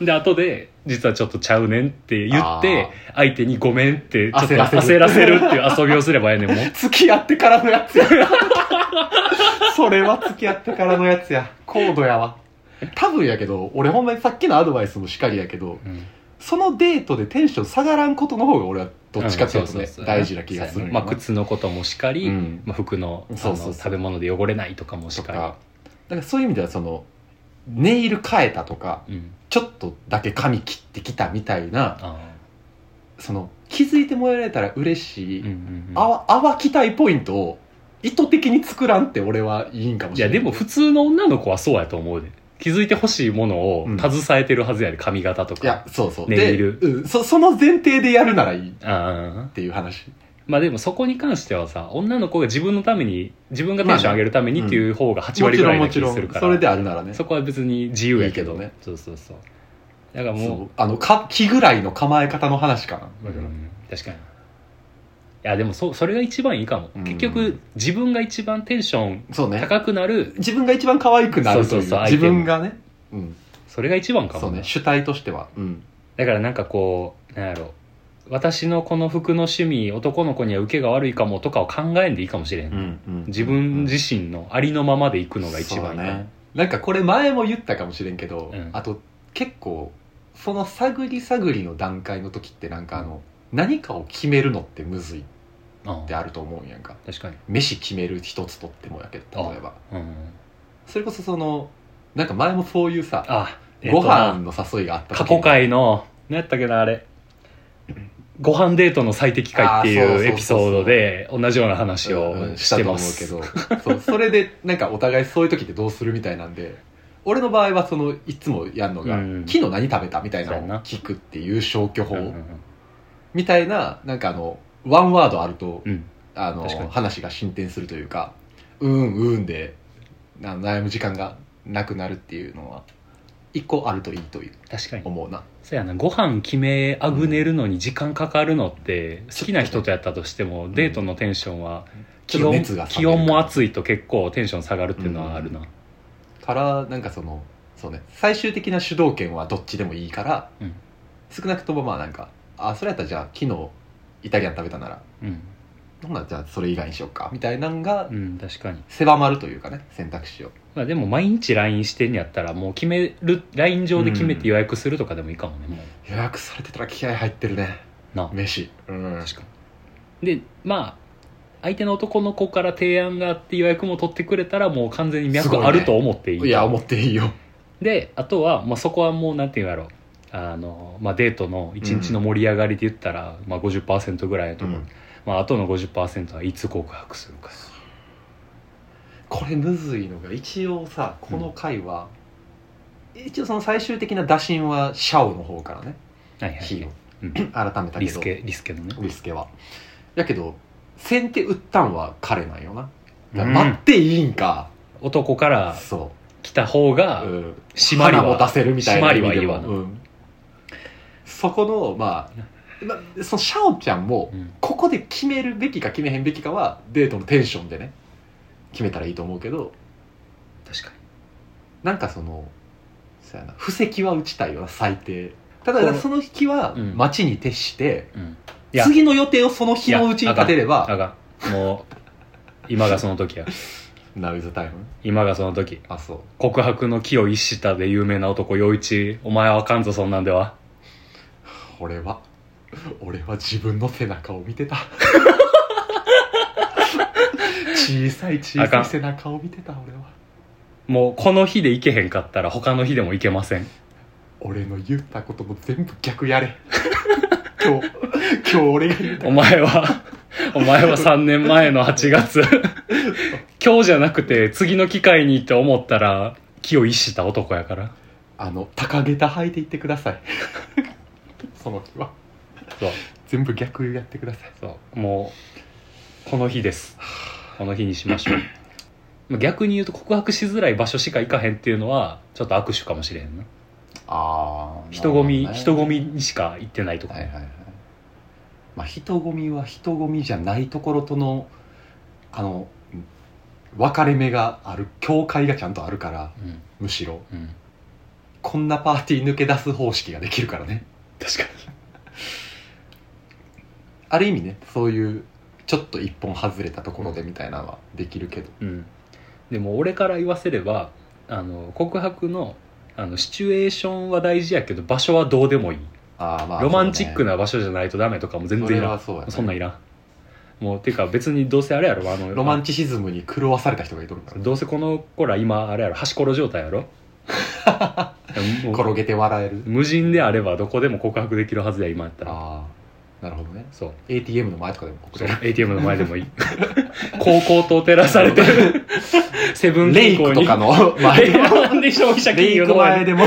[SPEAKER 1] で後で実はちょっとちゃうねんって言って相手にごめんってちょっと
[SPEAKER 2] 焦らせ
[SPEAKER 1] 焦
[SPEAKER 2] る
[SPEAKER 1] らせるっていう遊びをすればええねんも ん
[SPEAKER 2] 付き合ってからのやつや それは付き合ってからのやつや高度やわ多分やけど俺ほんまにさっきのアドバイスもしかりやけどそのデートでテンション下がらんことの方が俺はどっちかっていうと
[SPEAKER 1] うん
[SPEAKER 2] ね
[SPEAKER 1] そうそうそう
[SPEAKER 2] 大事な気がするんよな
[SPEAKER 1] まあ、靴のこともしかり、
[SPEAKER 2] うん
[SPEAKER 1] まあ、服のあの
[SPEAKER 2] そうそうそう
[SPEAKER 1] 食べ物で汚れないとかもし
[SPEAKER 2] と
[SPEAKER 1] か
[SPEAKER 2] か
[SPEAKER 1] り
[SPEAKER 2] だからそういう意味ではそのネイル変えたとか
[SPEAKER 1] うん、
[SPEAKER 2] ちょっとだけ髪切ってきたみたいな
[SPEAKER 1] あ
[SPEAKER 2] その気づいてもらえたら嬉しい、
[SPEAKER 1] ーうんうんうん
[SPEAKER 2] あわきたいポイントを意図的に作らんって俺はいいんかも
[SPEAKER 1] い
[SPEAKER 2] しれ
[SPEAKER 1] や
[SPEAKER 2] ない
[SPEAKER 1] でも普通の女の子はそうやと思うで気づいてほしいものを
[SPEAKER 2] うん
[SPEAKER 1] 携えてるはずやで髪型と
[SPEAKER 2] いや
[SPEAKER 1] か、
[SPEAKER 2] そうそう
[SPEAKER 1] ネイル
[SPEAKER 2] で、うん、そその前提でやるならいいっ
[SPEAKER 1] ああ
[SPEAKER 2] ていう話
[SPEAKER 1] まあでもそこに関してはさ女の子が自分のために自分がテンション上げるためにっていう方が8
[SPEAKER 2] も
[SPEAKER 1] 割
[SPEAKER 2] ち
[SPEAKER 1] ぐ
[SPEAKER 2] ろ
[SPEAKER 1] ら
[SPEAKER 2] ん
[SPEAKER 1] い
[SPEAKER 2] も
[SPEAKER 1] な気
[SPEAKER 2] ち
[SPEAKER 1] が
[SPEAKER 2] ろ
[SPEAKER 1] する
[SPEAKER 2] ん
[SPEAKER 1] から
[SPEAKER 2] それであるならね
[SPEAKER 1] そこは別に自由やけど
[SPEAKER 2] いいけどね
[SPEAKER 1] そうそうそうだから
[SPEAKER 2] そ
[SPEAKER 1] も
[SPEAKER 2] うあのか気ぐらいの構え方の話か
[SPEAKER 1] う、
[SPEAKER 2] な、
[SPEAKER 1] うん確かにいやでもそそれが一番いいかも、
[SPEAKER 2] うん
[SPEAKER 1] 結局自分が一番テンション
[SPEAKER 2] そうね
[SPEAKER 1] 高くなる
[SPEAKER 2] 自分が一番可愛くなると
[SPEAKER 1] そう
[SPEAKER 2] いう
[SPEAKER 1] そうそう相手
[SPEAKER 2] 自
[SPEAKER 1] も
[SPEAKER 2] 分がね、うん、
[SPEAKER 1] それが一番か
[SPEAKER 2] そ
[SPEAKER 1] も
[SPEAKER 2] う
[SPEAKER 1] な
[SPEAKER 2] ね主体としては、うん、
[SPEAKER 1] だからなんかこうなんやろ私のこの服の趣味男の子には受けが悪いかもとかを考えんでいいかもしれん、
[SPEAKER 2] うんうん
[SPEAKER 1] 自分自身のありのままでいくのが一番いい
[SPEAKER 2] そうだねなんかこれ前も言ったかもしれんけど、
[SPEAKER 1] うん
[SPEAKER 2] あと結構その探り探りの段階の時ってなんかあの、何かを決めるのってむずいっ
[SPEAKER 1] あ
[SPEAKER 2] てあると思うんやんか
[SPEAKER 1] 確かに、
[SPEAKER 2] 飯決める一つとってもやけど例えば
[SPEAKER 1] うん、
[SPEAKER 2] それこそそのなんか前もそういうさ
[SPEAKER 1] あ、えっと
[SPEAKER 2] ご
[SPEAKER 1] な
[SPEAKER 2] 飯の誘いがあった
[SPEAKER 1] 過去回の何やったっけなあれご飯デートの最適解って
[SPEAKER 2] あーそう
[SPEAKER 1] いう
[SPEAKER 2] そうそうそう
[SPEAKER 1] エピソードで同じような話
[SPEAKER 2] うん
[SPEAKER 1] を
[SPEAKER 2] し
[SPEAKER 1] したて
[SPEAKER 2] と思
[SPEAKER 1] ま
[SPEAKER 2] う
[SPEAKER 1] す、
[SPEAKER 2] けどそうそれでなんかお互いそういう時ってどうするみたいなんで俺の場合はそのいつもやるのが、
[SPEAKER 1] うん
[SPEAKER 2] 昨日何食べたみたいな
[SPEAKER 1] そう
[SPEAKER 2] の
[SPEAKER 1] や
[SPEAKER 2] を
[SPEAKER 1] な
[SPEAKER 2] 聞くっていう消去法、
[SPEAKER 1] うんうん
[SPEAKER 2] みたいな、なんかあの、ワンワードあると、
[SPEAKER 1] うん
[SPEAKER 2] あの
[SPEAKER 1] 確かに、
[SPEAKER 2] 話が進展するというか、うん、うんで、な悩む時間がなくなるっていうのは、一個あるといいという
[SPEAKER 1] 確かに
[SPEAKER 2] 思うな。
[SPEAKER 1] そうやなご飯決めあぐねるのに時間かかるのって好きな人とやったとしてもデートのテンションは
[SPEAKER 2] ち
[SPEAKER 1] 気
[SPEAKER 2] ょっと
[SPEAKER 1] 温
[SPEAKER 2] 熱が冷める
[SPEAKER 1] 気温も暑いと結構テンション下がるっていうのはあるな、
[SPEAKER 2] から、なんかその、そうね、最終的な主導権はどっちでもいいから、
[SPEAKER 1] うん
[SPEAKER 2] 少なくともまあなんか、あ、それやったらじゃあ昨日イタリアン食べたなら、
[SPEAKER 1] うん
[SPEAKER 2] ほんならじゃあそれ以外にしようか、みたいなんが
[SPEAKER 1] うん、確かに、
[SPEAKER 2] 狭まるというかね、選択肢を。
[SPEAKER 1] まあ、でも毎日 LINE してんやったらもう決める LINE 上で決めて予約するとかでもいいかもね、もう
[SPEAKER 2] 予約されてたら気合入ってるね。
[SPEAKER 1] な
[SPEAKER 2] 飯。うん。
[SPEAKER 1] 確かにでまあ相手の男の子から提案があって予約も取ってくれたらもう完全に脈あると思っていい
[SPEAKER 2] いや、思っていいよ。
[SPEAKER 1] であとは、まあ、そこはもうなんていうんやろあの、まあ、デートの一日の盛り上がりで言ったら、まあ、50%ぐらいやと思う、
[SPEAKER 2] うん
[SPEAKER 1] まあ、あとの50%はいつ告白するか
[SPEAKER 2] これむずいのが一応さこの回は、一応その最終的な打診はシャオの方からね
[SPEAKER 1] はいはい
[SPEAKER 2] 火を
[SPEAKER 1] うん
[SPEAKER 2] 改めたけど
[SPEAKER 1] リスケリスケのね
[SPEAKER 2] リスケはやけど先手打ったんは彼なんよなだか
[SPEAKER 1] うん
[SPEAKER 2] ら待っていいんか、
[SPEAKER 1] 男から
[SPEAKER 2] そ
[SPEAKER 1] 来た方
[SPEAKER 2] う、
[SPEAKER 1] が
[SPEAKER 2] うん、
[SPEAKER 1] 締まり
[SPEAKER 2] 花も出
[SPEAKER 1] は
[SPEAKER 2] せるみたいな意味
[SPEAKER 1] 締
[SPEAKER 2] でも
[SPEAKER 1] まりはいいわ
[SPEAKER 2] うんそこのまあ、まあ、そのシャオちゃんも
[SPEAKER 1] うん
[SPEAKER 2] ここで決めるべきか決めへんべきかはデートのテンションでね決めたらいいと思うけど
[SPEAKER 1] 確かに
[SPEAKER 2] なんかそのそうやな布石は打ちたいよな最低た
[SPEAKER 1] こ
[SPEAKER 2] だ
[SPEAKER 1] の
[SPEAKER 2] その引きは
[SPEAKER 1] うん
[SPEAKER 2] 町に徹して、
[SPEAKER 1] うんいや
[SPEAKER 2] 次の予定をその日のうちに立てれば
[SPEAKER 1] あがんもう今がその時や
[SPEAKER 2] ナウイズタイム
[SPEAKER 1] 今がその時
[SPEAKER 2] あそう
[SPEAKER 1] 告白の木を一したで有名な男陽一お前はあかんぞそんなんでは
[SPEAKER 2] 俺は俺は自分の背中を見てた小さい小
[SPEAKER 1] あ
[SPEAKER 2] さ
[SPEAKER 1] か
[SPEAKER 2] い
[SPEAKER 1] ん
[SPEAKER 2] 背中を見てた俺は
[SPEAKER 1] もうこの日で行けへんかったら他の日でも行けません
[SPEAKER 2] 俺の言ったことも全部逆やれ今日今日俺が言った
[SPEAKER 1] お前は、 お前は3年前の8月、 今日じゃなくて次の機会にって思ったら、気を逸した男やから。
[SPEAKER 2] あの高下駄履いていってくださいその日は
[SPEAKER 1] そう、
[SPEAKER 2] 全部逆やってください
[SPEAKER 1] そう。もう、この日です。この日にしましょう。 まあ逆に言うと告白しづらい場所しか行かへんっていうのは、ちょっと握手かもしれへんな。
[SPEAKER 2] ああ
[SPEAKER 1] 人混み、人混みにしか行ってないとか。
[SPEAKER 2] はいはいはいまあ人混みは人混みじゃないところとのあのうん分かれ目がある境界がちゃんとあるから
[SPEAKER 1] うん。
[SPEAKER 2] むしろ
[SPEAKER 1] うん。
[SPEAKER 2] こんなパーティー抜け出す方式ができるからね
[SPEAKER 1] 確か
[SPEAKER 2] ある意味ねそういうちょっと一本外れたところでみたいなのはできるけど、
[SPEAKER 1] に。うん。でも俺から言わせれば、あの、告白の、あの、シチュエーションは大事やけど、場所はどうでもいい。
[SPEAKER 2] あーまあ
[SPEAKER 1] ロマンチック
[SPEAKER 2] な
[SPEAKER 1] な場所じゃないとダメとかも全然い
[SPEAKER 2] それ
[SPEAKER 1] ら
[SPEAKER 2] は
[SPEAKER 1] ん
[SPEAKER 2] そうやね
[SPEAKER 1] そんなんいらんもうてか別にどうせあれやろあの
[SPEAKER 2] ロマンチシズムに狂わされた人がいとるから
[SPEAKER 1] どうせこの子ら今あれやろ端ころ状態や ろいやもう
[SPEAKER 2] 転げて笑える
[SPEAKER 1] 無人であればどこでも告白できるはずや今やったら
[SPEAKER 2] ああなるほどね
[SPEAKER 1] そう
[SPEAKER 2] ATM の前とかでも こ
[SPEAKER 1] そう
[SPEAKER 2] れ
[SPEAKER 1] ATM の前でもいい高校と照らされてる セブン
[SPEAKER 2] レイ
[SPEAKER 1] 銀
[SPEAKER 2] ク
[SPEAKER 1] 行
[SPEAKER 2] と
[SPEAKER 1] に
[SPEAKER 2] かの前
[SPEAKER 1] レイクなんで消費者金
[SPEAKER 2] レイ
[SPEAKER 1] 融
[SPEAKER 2] ク
[SPEAKER 1] の前
[SPEAKER 2] 前
[SPEAKER 1] で
[SPEAKER 2] でも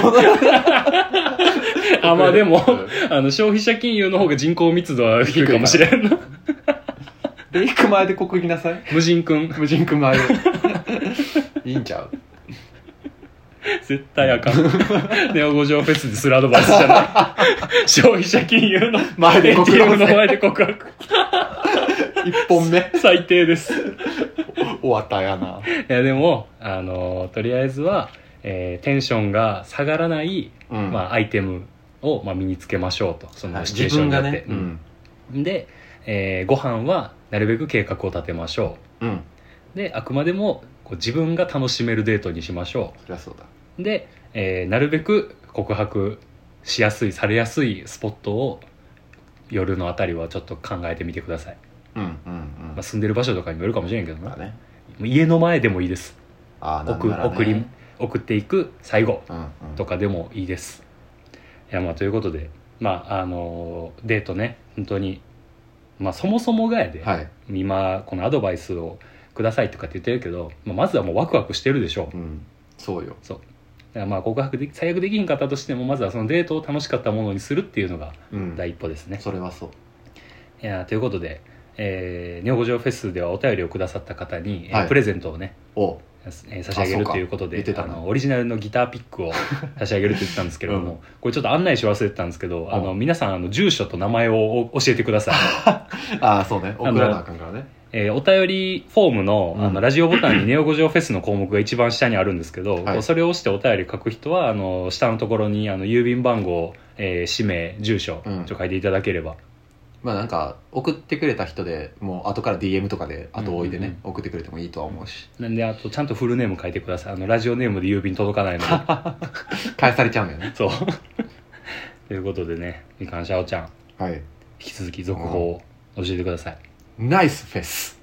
[SPEAKER 1] あまあでも
[SPEAKER 2] うん
[SPEAKER 1] あの消費者金融の方が人口密度は低いかもしれんな
[SPEAKER 2] レイク前で告りなさい
[SPEAKER 1] 無人君
[SPEAKER 2] 無人君前でいいんちゃう
[SPEAKER 1] 絶対あかんネオ五条フェスでスラドバイスじゃない 消費者金融の
[SPEAKER 2] 前で告白
[SPEAKER 1] ATM の前で告白
[SPEAKER 2] 一本目
[SPEAKER 1] 最低です
[SPEAKER 2] 終わったやない
[SPEAKER 1] やでも、あのとりあえずは、えーテンションが下がらない、
[SPEAKER 2] うん
[SPEAKER 1] まあ、アイテムを、まあ、身につけましょうとそ
[SPEAKER 2] は
[SPEAKER 1] の
[SPEAKER 2] い
[SPEAKER 1] シチュエ
[SPEAKER 2] 自
[SPEAKER 1] ーション
[SPEAKER 2] 分
[SPEAKER 1] によ
[SPEAKER 2] が
[SPEAKER 1] って、
[SPEAKER 2] ねうん
[SPEAKER 1] うんで、えーご飯はなるべく計画を立てましょ
[SPEAKER 2] うん
[SPEAKER 1] うであくまでもこう自分が楽しめるデートにしましょ
[SPEAKER 2] そりゃそうだ
[SPEAKER 1] うで、えーなるべく告白しやすいされやすいスポットを夜のあたりはちょっと考えてみてください、
[SPEAKER 2] うんうん
[SPEAKER 1] まあ、住んでる場所とかにもよるかもしれんけど
[SPEAKER 2] うん
[SPEAKER 1] な
[SPEAKER 2] だね
[SPEAKER 1] 家の前でもいいです
[SPEAKER 2] ああ
[SPEAKER 1] 送送り送っていく最後
[SPEAKER 2] うんうん
[SPEAKER 1] とかでもいいです。いやまあということで、まああのデートね本当に、まあ、そもそもがやで、
[SPEAKER 2] はい
[SPEAKER 1] 今このアドバイスをくださいとかって言ってるけど、まあ、まずはもうワクワクしてるでしょう
[SPEAKER 2] うんそうよ
[SPEAKER 1] だからまあ告白でき最悪できひんかったとしてもまずはそのデートを楽しかったものにするっていうのが
[SPEAKER 2] うん
[SPEAKER 1] 第一歩ですね。
[SPEAKER 2] それはそう
[SPEAKER 1] いやということで、えー、ネオ五条フェスではお便りをくださった方に、えー
[SPEAKER 2] はい
[SPEAKER 1] プレゼントをね
[SPEAKER 2] お
[SPEAKER 1] えー差し上げ
[SPEAKER 2] あそ
[SPEAKER 1] る
[SPEAKER 2] うか
[SPEAKER 1] ということで
[SPEAKER 2] 言ってた
[SPEAKER 1] あ
[SPEAKER 2] な
[SPEAKER 1] のオリジナルのギターピック を差し上げるって言ってたんですけれども、
[SPEAKER 2] うん
[SPEAKER 1] これちょっと案内し忘れてたんですけど、あの
[SPEAKER 2] う
[SPEAKER 1] 皆さんあの住所と名前をお教えてください、
[SPEAKER 2] ああそうね送らなあかんからね
[SPEAKER 1] えーお便りフォームのあの、
[SPEAKER 2] うん
[SPEAKER 1] ラジオボタンに「ネオ五条フェス」の項目が一番下にあるんですけど、
[SPEAKER 2] はい
[SPEAKER 1] こうそれを押してお便り書く人はあの下のところにあの郵便番号、えー氏名住所ち
[SPEAKER 2] う
[SPEAKER 1] ょ
[SPEAKER 2] ん
[SPEAKER 1] っと書いていただければ、
[SPEAKER 2] まあなんか送ってくれた人でもう後から DM とかで後追いで
[SPEAKER 1] うんうん
[SPEAKER 2] ね送ってくれてもいいとは思うし
[SPEAKER 1] なんであとちゃんとフルネーム書いてくださいあのラジオネームで郵便届かないので
[SPEAKER 2] 返されちゃうんよね
[SPEAKER 1] そう ということでねみかんしゃおちゃん
[SPEAKER 2] はい
[SPEAKER 1] 引き続き続報を教えてください、
[SPEAKER 2] ナイスフェス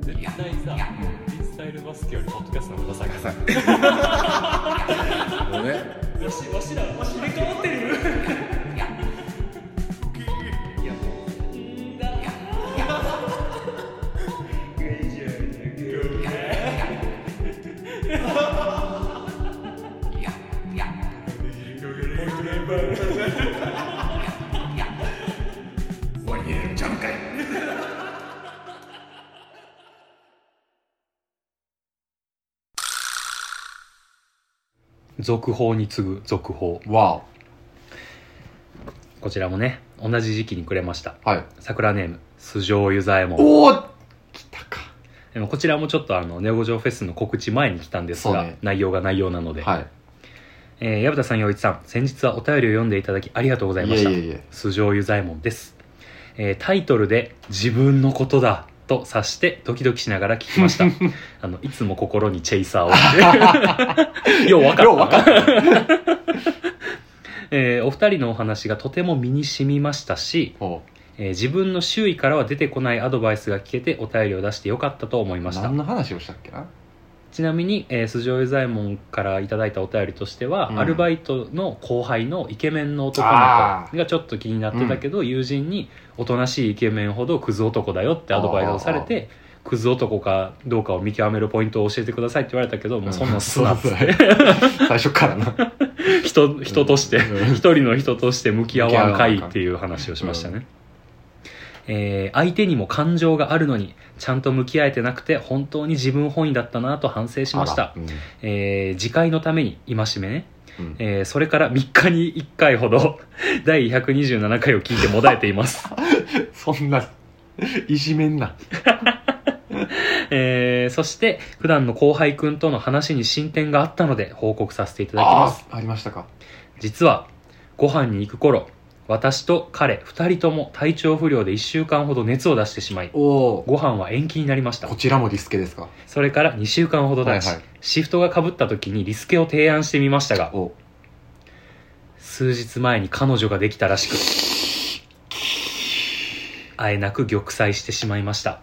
[SPEAKER 1] 絶対さ、フリースタイルバスケよりポッドキャストの方がさ、
[SPEAKER 4] もうね
[SPEAKER 3] ワニエルちゃんかい
[SPEAKER 1] 続報に次ぐ続報。
[SPEAKER 2] わ
[SPEAKER 1] こちらもね、同じ時期にくれました。
[SPEAKER 2] おはい
[SPEAKER 1] 桜ネーム、素性ゆざえもん。
[SPEAKER 2] おお来たか
[SPEAKER 1] でもこちらもちょっとあの、ネオゴジョフェスの告知前に来たんです
[SPEAKER 2] そ
[SPEAKER 1] が、
[SPEAKER 2] うね
[SPEAKER 1] 内容が内容なので。
[SPEAKER 2] はい
[SPEAKER 1] えー、矢田さん、洋一さん、先日はお便りを読んでいただきありがとうございました。
[SPEAKER 2] いえいえいえ
[SPEAKER 1] 素性ゆざえもんです。えータイトルで「自分のことだ」と察してドキドキしながら聞きま したあのいつも心にチェイサー をよう分かった
[SPEAKER 2] よう分か
[SPEAKER 1] った、えーお二人のお話がとても身に染みましたし、
[SPEAKER 2] お
[SPEAKER 1] えー自分の周囲からは出てこないアドバイスが聞けてお便りを出してよかったと思いました
[SPEAKER 2] 何の話をしたっけな
[SPEAKER 1] ちなみに、えー、素性左衛門からいただいたお便りとしては、
[SPEAKER 2] うん
[SPEAKER 1] アルバイトの後輩のイケメンの男の
[SPEAKER 2] あ
[SPEAKER 1] 子がちょっと気になってたけど、友人におとなしいイケメンほどクズ男だよってアドバイスをされてクズ男かどうかを見極めるポイントを教えてくださいって言われたけど、もうそんなんす なっつって
[SPEAKER 2] 最初からな
[SPEAKER 1] 人人として
[SPEAKER 2] うん
[SPEAKER 1] 一人の人として向き合わんかいっていう話をしましたね、えー相手にも感情があるのにちゃんと向き合えてなくて本当に自分本位だったなと反省しまし
[SPEAKER 2] あ
[SPEAKER 1] た
[SPEAKER 2] らうん
[SPEAKER 1] えー次回のために戒めね、
[SPEAKER 2] うん
[SPEAKER 1] えーそれから3日に1回ほど 第127回を聞いてもだえています、
[SPEAKER 2] そんないじめんな
[SPEAKER 1] えーそして普段の後輩くんとの話に進展があったので報告させていただきま
[SPEAKER 2] あ
[SPEAKER 1] す
[SPEAKER 2] あありましたか
[SPEAKER 1] 実はご飯に行く頃私と彼2人とも体調不良で1週間ほど熱を出してしまい
[SPEAKER 2] おお
[SPEAKER 1] ご飯は延期になりました
[SPEAKER 2] こちらもリスケですか
[SPEAKER 1] それから2週間ほど経ち、
[SPEAKER 2] はいはい
[SPEAKER 1] シフトがかぶった時にリスケを提案してみましたが
[SPEAKER 2] お
[SPEAKER 1] 数日前に彼女ができたらしくあえなく玉砕してしまいました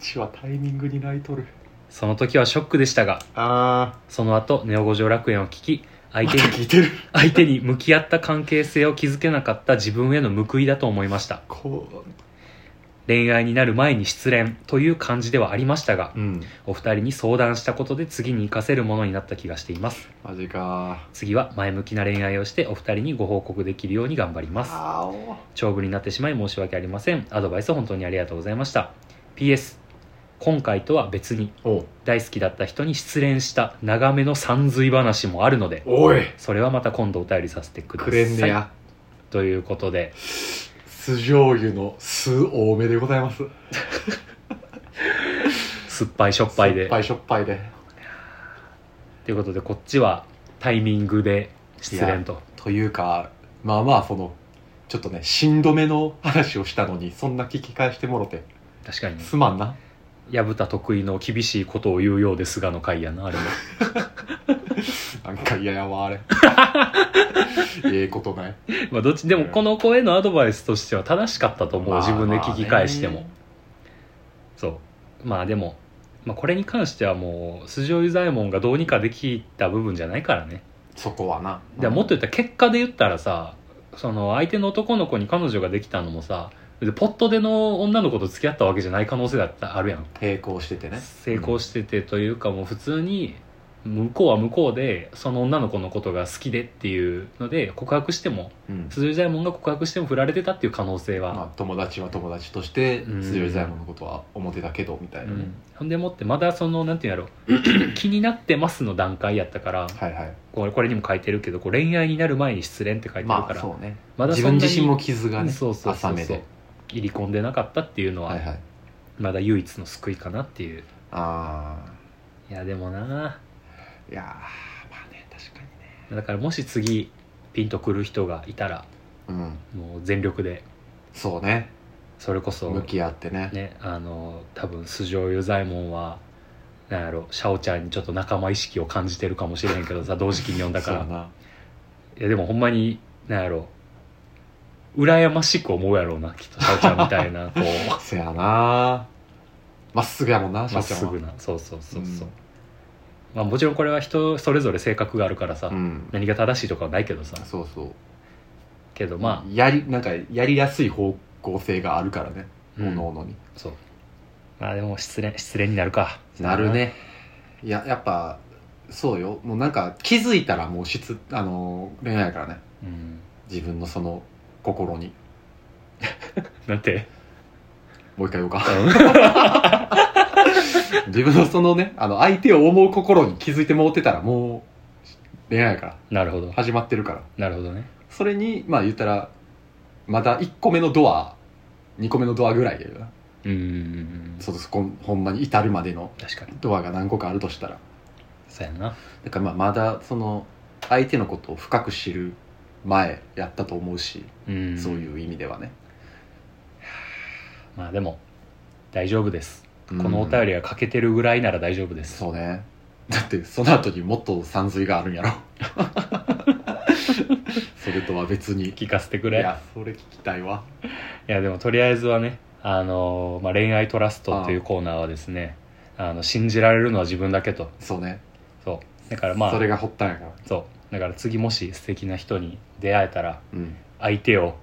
[SPEAKER 2] ちはタイミングに泣いとる
[SPEAKER 1] その時はショックでしたが
[SPEAKER 2] あ
[SPEAKER 1] その後ネオ五条楽園を聞き
[SPEAKER 2] あ
[SPEAKER 1] 相
[SPEAKER 2] ま
[SPEAKER 1] 手
[SPEAKER 2] た
[SPEAKER 1] に
[SPEAKER 2] 聞いてる
[SPEAKER 1] 相手に向き合った関係性を築けなかった自分への報いだと思いました
[SPEAKER 2] こ
[SPEAKER 1] 恋愛になる前に失恋という感じではありましたが
[SPEAKER 2] ううん
[SPEAKER 1] お二人に相談したことで次に活かせるものになった気がしています
[SPEAKER 2] マジか
[SPEAKER 1] 次は前向きな恋愛をしてお二人にご報告できるように頑張ります
[SPEAKER 2] あお
[SPEAKER 1] 長文になってしまい申し訳ありませんアドバイス本当にありがとうございました PS 今回とは別に
[SPEAKER 2] お
[SPEAKER 1] 大好きだった人に失恋した長めの散髄話もあるので
[SPEAKER 2] おい
[SPEAKER 1] それはまた今度お便りさせてくだ
[SPEAKER 2] く
[SPEAKER 1] さい
[SPEAKER 2] れんねや
[SPEAKER 1] ということで
[SPEAKER 2] 酢醤油の酢多めでございます
[SPEAKER 1] 酸っぱいしょっぱいで
[SPEAKER 2] しょっぱいしょっぱいで
[SPEAKER 1] ということでこっちはタイミングで失恋と
[SPEAKER 2] というかまあまあそのちょっとねしんどめの話をしたのにそんな聞き返してもろて
[SPEAKER 1] 確かに
[SPEAKER 2] すまんな
[SPEAKER 1] 薮田得意の厳しいことを言うようですがの回やなあれも
[SPEAKER 2] なんか嫌やわあれ ええことない
[SPEAKER 1] まあどっちでもこの子へのアドバイスとしては正しかったと思う自分で聞き返してもそうまあでも、まあ、これに関してはもう筋尾左衛門がどうにかできた部分じゃないからね、
[SPEAKER 2] そこはな
[SPEAKER 1] でもっと言ったら結果で言ったらさその相手の男の子に彼女ができたのもさでポットでの女の子と付き合ったわけじゃない可能性だってあるやん、
[SPEAKER 2] 並行しててね
[SPEAKER 1] 成功しててというかもう普通に向こうは向こうでその女の子のことが好きでっていうので告白しても
[SPEAKER 2] うん
[SPEAKER 1] 鈴井左衛門が告白しても振られてたっていう可能性は
[SPEAKER 2] まあ、友達は友達として
[SPEAKER 1] うん
[SPEAKER 2] 強い財務のことは思ってたけどみたいなね、
[SPEAKER 1] ほんでもってまだそのなんていうんやろ 気になってますの段階やったから
[SPEAKER 2] はいはい
[SPEAKER 1] これこれにも書いてるけどこう恋愛になる前に失恋って書いてるか
[SPEAKER 2] まあ
[SPEAKER 1] ら、
[SPEAKER 2] そうね
[SPEAKER 1] まだ
[SPEAKER 2] 自
[SPEAKER 1] そん
[SPEAKER 2] 分
[SPEAKER 1] なに
[SPEAKER 2] 自身も傷がね
[SPEAKER 1] そうそうそ
[SPEAKER 2] 浅
[SPEAKER 1] う
[SPEAKER 2] め
[SPEAKER 1] そう
[SPEAKER 2] で
[SPEAKER 1] 入り込んでなかったっていうの
[SPEAKER 2] はい
[SPEAKER 1] は
[SPEAKER 2] はい
[SPEAKER 1] まだ唯一の救いかなっていう
[SPEAKER 2] あ
[SPEAKER 1] いやでもな
[SPEAKER 2] あいやーまあね確かにね
[SPEAKER 1] だからもし次ピンとくる人がいたら
[SPEAKER 2] うん
[SPEAKER 1] もう全力で
[SPEAKER 2] そうね
[SPEAKER 1] それこそ
[SPEAKER 2] 向き合ってね
[SPEAKER 1] ねあの多分素性与左衛門はなんやろシャオちゃんにちょっと仲間意識を感じてるかもしれへんけどさ同時期に呼んだから
[SPEAKER 2] そうやない
[SPEAKER 1] やでもほんまになんやろ羨ましく思うやろうなきっとシャオちゃんみた いなこう
[SPEAKER 2] せやなまっすぐやもんな
[SPEAKER 1] ま
[SPEAKER 2] 社
[SPEAKER 1] っ
[SPEAKER 2] 長
[SPEAKER 1] す
[SPEAKER 2] は
[SPEAKER 1] ぐなそうそうそうそう、
[SPEAKER 2] うん
[SPEAKER 1] まあ、もちろんこれは人それぞれ性格があるからさ、
[SPEAKER 2] うん
[SPEAKER 1] 何が正しいとかはないけどさ
[SPEAKER 2] そうそう
[SPEAKER 1] けどま
[SPEAKER 2] やりなんかやりやすい方向性があるからね
[SPEAKER 1] あ、う
[SPEAKER 2] 各
[SPEAKER 1] ん
[SPEAKER 2] 々に
[SPEAKER 1] そうまあでも失恋失恋になるか
[SPEAKER 2] なるねいややっぱそうよもうなんか気づいたらもう質あの恋愛やからね
[SPEAKER 1] うん
[SPEAKER 2] 自分のその心に
[SPEAKER 1] なんて
[SPEAKER 2] もう一回言おうか
[SPEAKER 1] うん
[SPEAKER 2] 自分のそのねあの相手を思う心に気づいてもうてたらもう恋愛やから
[SPEAKER 1] なるほど
[SPEAKER 2] 始まってるから
[SPEAKER 1] なるほどね
[SPEAKER 2] それにまあ言ったらまだ1個目のドア2個目のドアぐらいやよな
[SPEAKER 1] うんうんうん
[SPEAKER 2] そうそこほんまに至るまでの
[SPEAKER 1] 確かに
[SPEAKER 2] ドアが何個かあるとしたら
[SPEAKER 1] そうやな
[SPEAKER 2] だからまあまだその相手のことを深く知る前やったと思うし、
[SPEAKER 1] うん
[SPEAKER 2] そういう意味ではね、
[SPEAKER 1] まあでも大丈夫ですこのお便りが欠けてるぐらいなら大丈夫です、
[SPEAKER 2] そうねだってその後にもっと山水がある んやろそれとは別に
[SPEAKER 1] 聞かせてく
[SPEAKER 2] い
[SPEAKER 1] れいや
[SPEAKER 2] やそれ聞きたいわ
[SPEAKER 1] でもとりあえずはねあのーまあ、恋愛トラストっていうコーナーはですねあの信じられるのは自分だけと
[SPEAKER 2] そうね
[SPEAKER 1] そうだからまあ
[SPEAKER 2] それが発端やから
[SPEAKER 1] そうだから次もし素敵な人に出会えたら
[SPEAKER 2] うん
[SPEAKER 1] 相手を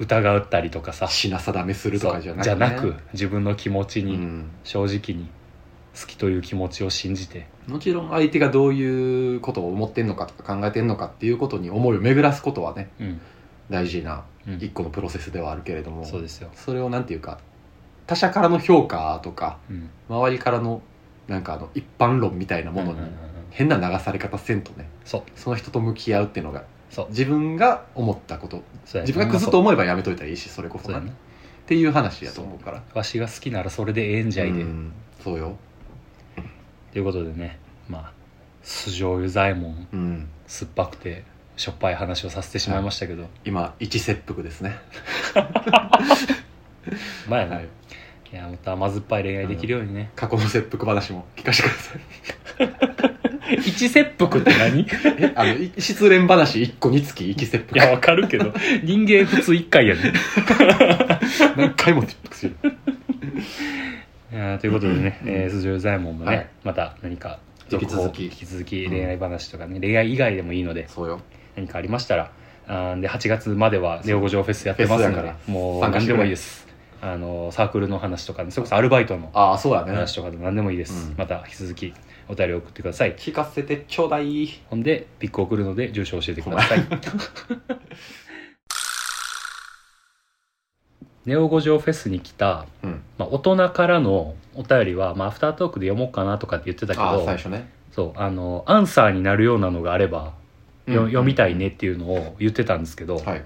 [SPEAKER 1] 疑ったりとかさ
[SPEAKER 2] 品定めするとかじゃなく、ね、
[SPEAKER 1] そうく自分の気持ち
[SPEAKER 2] う
[SPEAKER 1] に、
[SPEAKER 2] ん、
[SPEAKER 1] 正直に好きという気持ちを信じて
[SPEAKER 2] もちろん相手がどういうことを思ってんのかとか考えてんのかっていうことに思いを巡らすことはね
[SPEAKER 1] うん、
[SPEAKER 2] 大事な
[SPEAKER 1] うん
[SPEAKER 2] 一個のプロセスではあるけれども、
[SPEAKER 1] そうですよ、
[SPEAKER 2] それをなんていうか他者からの評価とか
[SPEAKER 1] うん、
[SPEAKER 2] 周りからのなんかあの一般論みたいなものに
[SPEAKER 1] うんうんうんうん
[SPEAKER 2] 変な流され方せんとね
[SPEAKER 1] そう
[SPEAKER 2] その人と向き合うっていうのが
[SPEAKER 1] そう
[SPEAKER 2] 自分が思ったこと
[SPEAKER 1] そうやね
[SPEAKER 2] 自分がクズと思えばやめといたらいいしそれこそ
[SPEAKER 1] そう
[SPEAKER 2] な
[SPEAKER 1] や
[SPEAKER 2] っ
[SPEAKER 1] ね
[SPEAKER 2] ていう話やと思うから
[SPEAKER 1] わしが好きならそれでええんじゃいで、
[SPEAKER 2] うんそうよ
[SPEAKER 1] ということでねまあ素性油左衛門
[SPEAKER 2] うん
[SPEAKER 1] 酸っぱくてしょっぱい話をさせてしまいましたけど、
[SPEAKER 2] 今一切腹ですね
[SPEAKER 1] まあやな、
[SPEAKER 2] はいい、
[SPEAKER 1] やもっと甘酸っぱい恋愛できるように ね、
[SPEAKER 2] 過去の切腹話も聞かせてください
[SPEAKER 1] 一切腹って何 い
[SPEAKER 2] えあのい失恋話1個につき一切
[SPEAKER 1] や
[SPEAKER 2] 腹
[SPEAKER 1] わかるけ ど人間普通一回やね
[SPEAKER 2] 何回も切腹する
[SPEAKER 1] いやーということでね、えー、スジョ左衛門もね、
[SPEAKER 2] はい
[SPEAKER 1] また何か
[SPEAKER 2] 引き続き
[SPEAKER 1] 続報引き続き恋愛話とかね、恋愛以外でもいいので
[SPEAKER 2] そうよ
[SPEAKER 1] 何かありましたらあーで8月まではネオ五条フェスやってますの
[SPEAKER 2] フェス
[SPEAKER 1] で
[SPEAKER 2] やか
[SPEAKER 1] もう
[SPEAKER 2] 参加
[SPEAKER 1] 何
[SPEAKER 2] して
[SPEAKER 1] で
[SPEAKER 2] くれ
[SPEAKER 1] もいいですあのサークルの話とかねそれこそアルバイトの
[SPEAKER 2] ああそうやね
[SPEAKER 1] 話とかで何でもいいです、
[SPEAKER 2] うん
[SPEAKER 1] また引き続きお便り送ってください
[SPEAKER 2] 聞かせてちょうだい
[SPEAKER 1] ほんでピック送るので住所教えてくださ いネオ五条フェスに来た、
[SPEAKER 2] うん
[SPEAKER 1] まあ、大人からのお便りは、まあ、アフタートークで読もうかなとかって言ってたけ
[SPEAKER 2] ああ最
[SPEAKER 1] ど
[SPEAKER 2] 初ね
[SPEAKER 1] そうあのアンサーになるようなのがあれば、よ
[SPEAKER 2] うん
[SPEAKER 1] 読みたいねっていうのを言ってたんですけど、
[SPEAKER 2] はい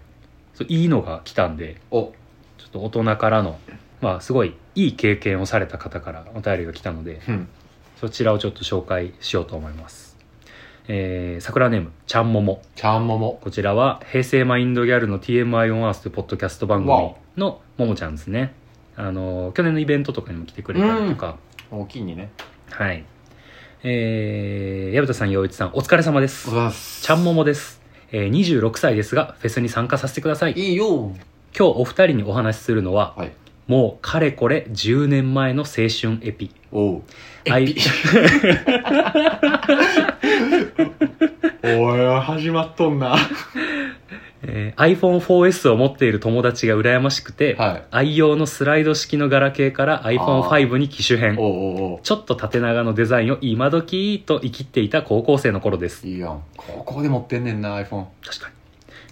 [SPEAKER 1] そういいのが来たんで
[SPEAKER 2] お
[SPEAKER 1] ちょっと大人からのまあすごいいい経験をされた方からお便りが来たので
[SPEAKER 2] うん
[SPEAKER 1] そちらをちょっと紹介しようと思います、えー、桜ネームちゃんもも
[SPEAKER 2] ちゃんもも
[SPEAKER 1] こちらは平成マインドギャルの TMI on Earth というポッドキャスト番組
[SPEAKER 2] わ
[SPEAKER 1] のももちゃんですねあの去年のイベントとかにも来てくれたりとか、
[SPEAKER 2] 大きいにね
[SPEAKER 1] はいえー、矢蓋さん陽一さんお疲れ様です
[SPEAKER 2] わす
[SPEAKER 1] ちゃんももです、えー、26歳ですがフェスに参加させてください
[SPEAKER 2] いいよ
[SPEAKER 1] 今日お二人にお話しするのは、
[SPEAKER 2] はい
[SPEAKER 1] もうかれこれ10年前の青春エピ
[SPEAKER 2] おう
[SPEAKER 1] 愛
[SPEAKER 2] おい始まっとん な
[SPEAKER 1] えー iPhone4S を持っている友達が羨ましくて、
[SPEAKER 2] はい
[SPEAKER 1] 愛用のスライド式のガラケーから iPhone5 に機種変
[SPEAKER 2] おうおうお
[SPEAKER 1] ちょっと縦長のデザインを今時と生きっていた高校生の頃です
[SPEAKER 2] ういいやんここで持ってんねんな iPhone
[SPEAKER 1] 確かに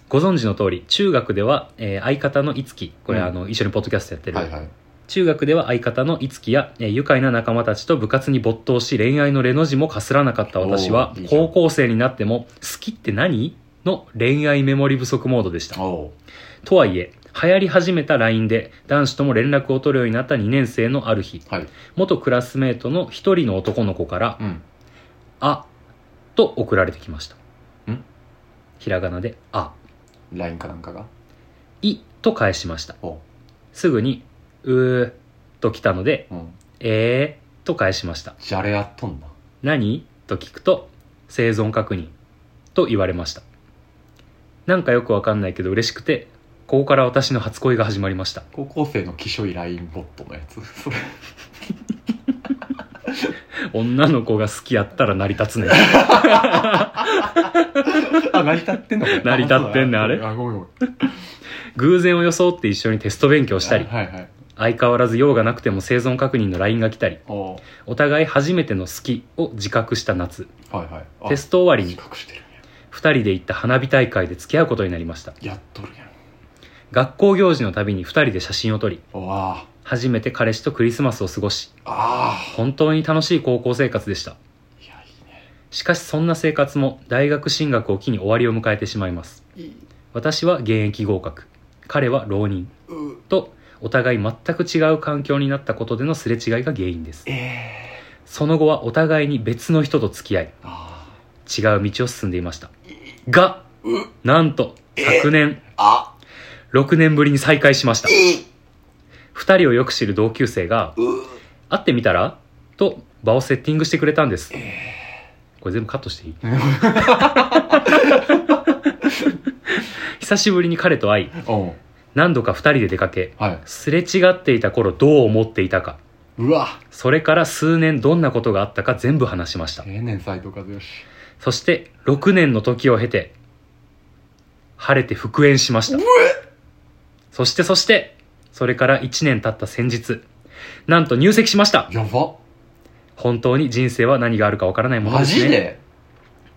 [SPEAKER 1] ご存知の通り中学では、えー相方のいつきこれ、
[SPEAKER 2] うん
[SPEAKER 1] あの一緒にポッドキャストやってる、
[SPEAKER 2] はいはい
[SPEAKER 1] 中学では相方のいつきや、えー愉快な仲間たちと部活に没頭し恋愛のレの字もかすらなかった私は
[SPEAKER 2] おーいいじゃん
[SPEAKER 1] 高校生になっても好きって何の恋愛メモリ不足モードでした
[SPEAKER 2] おう
[SPEAKER 1] とはいえ流行り始めた LINE で男子とも連絡を取るようになった2年生のある日
[SPEAKER 2] はい
[SPEAKER 1] 元クラスメートの一人の男の子から
[SPEAKER 2] うん
[SPEAKER 1] 「あ」と送られてきました
[SPEAKER 2] ん
[SPEAKER 1] ひらがなで「あ」
[SPEAKER 2] LINE かなんかが
[SPEAKER 1] 「い」と返しました
[SPEAKER 2] おう
[SPEAKER 1] すぐに「うー」と来たので
[SPEAKER 2] うん
[SPEAKER 1] 「えー」と返しました
[SPEAKER 2] じゃれ合っとんな
[SPEAKER 1] 何と聞くと生存確認と言われましたなんかよくわかんないけど嬉しくてここから私の初恋が始まりました
[SPEAKER 2] 高校生の気象い LINE ボットのやつ それ
[SPEAKER 1] 女の子が好きやったら成り立つね
[SPEAKER 2] あ 成り立ってんのこれ
[SPEAKER 1] 成り立ってんねあれ
[SPEAKER 2] あごめんごめん
[SPEAKER 1] 偶然を装って一緒にテスト勉強したり
[SPEAKER 2] はいはい
[SPEAKER 1] 相変わらず用がなくても生存確認の LINE が来たり
[SPEAKER 2] おう
[SPEAKER 1] お互い初めての好きを自覚した夏
[SPEAKER 2] はいはいあ
[SPEAKER 1] テスト終わり
[SPEAKER 2] 自
[SPEAKER 1] に
[SPEAKER 2] 覚してるんや
[SPEAKER 1] 2人で行った花火大会で付き合うことになりました
[SPEAKER 2] やっとるやん
[SPEAKER 1] 学校行事のたびに2人で写真を撮り
[SPEAKER 2] おわ
[SPEAKER 1] 初めて彼氏とクリスマスを過ごし
[SPEAKER 2] ああ
[SPEAKER 1] 本当に楽しい高校生活でした
[SPEAKER 2] ーいやいいね
[SPEAKER 1] しかしそんな生活も大学進学を機に終わりを迎えてしまいます
[SPEAKER 2] いい
[SPEAKER 1] 私は現役合格彼は浪人
[SPEAKER 2] う
[SPEAKER 1] とお互い全く違う環境になったことでのすれ違いが原因です
[SPEAKER 2] ええ
[SPEAKER 1] その後はお互いに別の人と付き合い
[SPEAKER 2] ー、あ
[SPEAKER 1] 違う道を進んでいましたが
[SPEAKER 2] ーう
[SPEAKER 1] なんと昨年
[SPEAKER 2] あ
[SPEAKER 1] 6年ぶりに再会しました
[SPEAKER 2] い
[SPEAKER 1] 2人をよく知る同級生が
[SPEAKER 2] う
[SPEAKER 1] 「会ってみたら?」と場をセッティングしてくれたんです
[SPEAKER 2] え
[SPEAKER 1] これ全部カットしていい
[SPEAKER 2] ー、
[SPEAKER 1] 久しぶりに彼と会い
[SPEAKER 2] おう
[SPEAKER 1] 何度か2人で出かけ
[SPEAKER 2] はい
[SPEAKER 1] すれ違っていた頃どう思っていたか
[SPEAKER 2] うわ
[SPEAKER 1] それから数年どんなことがあったか全部話しました
[SPEAKER 2] ええねん斎藤和義
[SPEAKER 1] そして6年の時を経て晴れて復縁しましたそしてそしてそれから1年経った先日なんと入籍しました
[SPEAKER 2] やば
[SPEAKER 1] 本当に人生は何があるかわからないもの
[SPEAKER 2] マ
[SPEAKER 1] ですね
[SPEAKER 2] ジで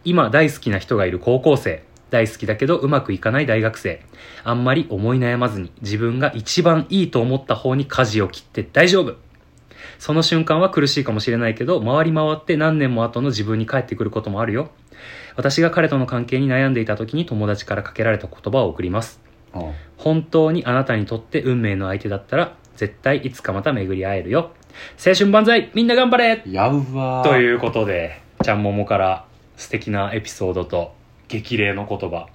[SPEAKER 1] 今大好きな人がいる高校生大好きだけどうまくいかない大学生あんまり思い悩まずに自分が一番いいと思った方に舵を切って大丈夫その瞬間は苦しいかもしれないけど回り回って何年も後の自分に返ってくることもあるよ私が彼との関係に悩んでいた時に友達からかけられた言葉を送ります
[SPEAKER 2] おう
[SPEAKER 1] 本当にあなたにとって運命の相手だったら絶対いつかまた巡り会えるよ青春万歳みんな頑張れ
[SPEAKER 2] やば
[SPEAKER 1] といううことでちゃんももから素敵なエピソードと激励の言葉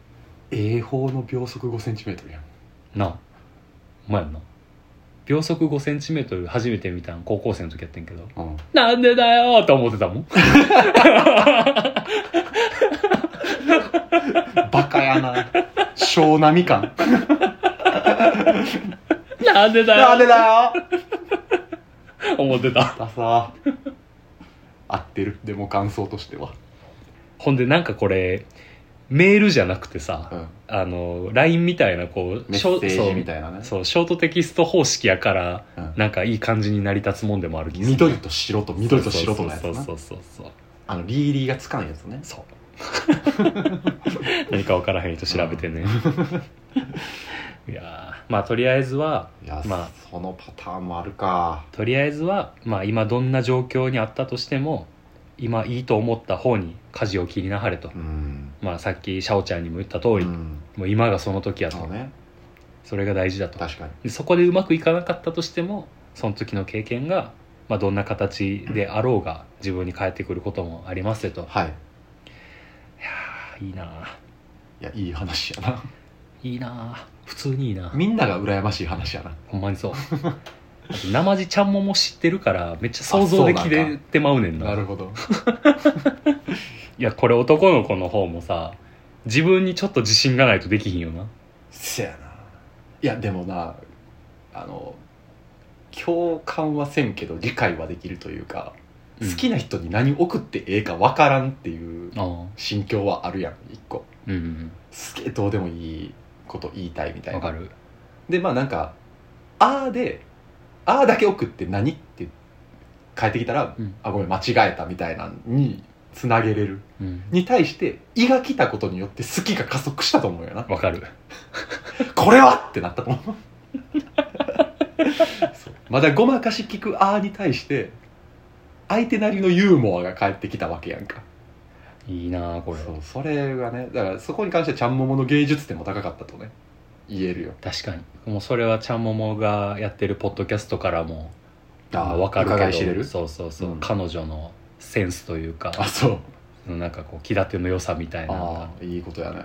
[SPEAKER 2] 英法の秒速 5cm やん
[SPEAKER 1] なあお前やんな秒速 5cm 初めて見たん高校生の時やってんけど
[SPEAKER 2] うん
[SPEAKER 1] なんでだよーと思ってたもん
[SPEAKER 2] バカやな小波感
[SPEAKER 1] なんでだ
[SPEAKER 2] な
[SPEAKER 1] よ
[SPEAKER 2] んでだよ
[SPEAKER 1] ー思ってた
[SPEAKER 2] ダサー合ってるでも感想としては
[SPEAKER 1] ほんでなんかこれメールじゃなくてさ、
[SPEAKER 2] うん
[SPEAKER 1] あの LINE みたいなこう
[SPEAKER 2] メ
[SPEAKER 1] シ
[SPEAKER 2] ッセ
[SPEAKER 1] ョ
[SPEAKER 2] ージみたいなね
[SPEAKER 1] そうそうショートテキスト方式やから、
[SPEAKER 2] うん
[SPEAKER 1] なんかいい感じに成り立つもんでもある気がする
[SPEAKER 2] 緑と白と緑と白とのやつ
[SPEAKER 1] そう
[SPEAKER 2] な
[SPEAKER 1] そうそうそうそう
[SPEAKER 2] あのリーリーがつかんやつね
[SPEAKER 1] そう 何か分からへんと調べてね、いやーまあとりあえずはい
[SPEAKER 2] や、
[SPEAKER 1] まあ
[SPEAKER 2] そのパターンもあるか
[SPEAKER 1] とりあえずは、まあ、今どんな状況にあったとしても今いいと思った方に舵を切りなはれと、
[SPEAKER 2] うん
[SPEAKER 1] まあ、さっきシャオちゃんにも言った通り、
[SPEAKER 2] うん
[SPEAKER 1] もう今がその時やと
[SPEAKER 2] そうね
[SPEAKER 1] それが大事だと
[SPEAKER 2] 確かに
[SPEAKER 1] でそこでうまくいかなかったとしてもその時の経験が、まあ、どんな形であろうが自分に返ってくることもありますよとい
[SPEAKER 2] はい
[SPEAKER 1] やーいいなあ
[SPEAKER 2] いやいい話やない
[SPEAKER 1] いなあ普通にいいなあ
[SPEAKER 2] みんなが羨ましい話やな
[SPEAKER 1] ほんまにそうなまじちゃんもも知ってるからめっちゃ想像でき
[SPEAKER 2] あそうなん
[SPEAKER 1] て
[SPEAKER 2] か
[SPEAKER 1] てまうねんな
[SPEAKER 2] なるほど
[SPEAKER 1] いやこれ男の子の方もさ自分にちょっと自信がないとできひんよな
[SPEAKER 2] せやないやでもなあの共感はせんけど理解はできるというか、
[SPEAKER 1] うん
[SPEAKER 2] 好きな人に何送ってええか分からんっていう
[SPEAKER 1] ああ
[SPEAKER 2] 心境はあるやん一個
[SPEAKER 1] うんうん
[SPEAKER 2] すげえどうでもいいこと言いたいみた
[SPEAKER 1] うん
[SPEAKER 2] い
[SPEAKER 1] わか
[SPEAKER 2] な
[SPEAKER 1] る
[SPEAKER 2] でまあなんか「あー」で「あー」だけ送って「何?」って返ってきたら「
[SPEAKER 1] うん
[SPEAKER 2] あごめん間違えた」みたいなのにつなげれる
[SPEAKER 1] うん
[SPEAKER 2] に対して「胃が来たことによって好きが加速したと思うよな
[SPEAKER 1] わかる
[SPEAKER 2] これはってなったと思うそうまだごまかし聞く「あ」に対して相手なりのユーモアが返ってきたわけやんか
[SPEAKER 1] いいなあこれ
[SPEAKER 2] そうそれがねだからそこに関してはちゃんももの芸術点も高かったとね言えるよ
[SPEAKER 1] 確かにもうそれはちゃんももがやってるポッドキャストからも
[SPEAKER 2] あ
[SPEAKER 1] 分かる
[SPEAKER 2] 伺
[SPEAKER 1] け
[SPEAKER 2] い知れ
[SPEAKER 1] ど
[SPEAKER 2] る
[SPEAKER 1] そうそうそう、
[SPEAKER 2] うん
[SPEAKER 1] 彼女のセンスというか
[SPEAKER 2] あそう
[SPEAKER 1] なんかこう気立ての良さみたいなのが
[SPEAKER 2] ああいいことやね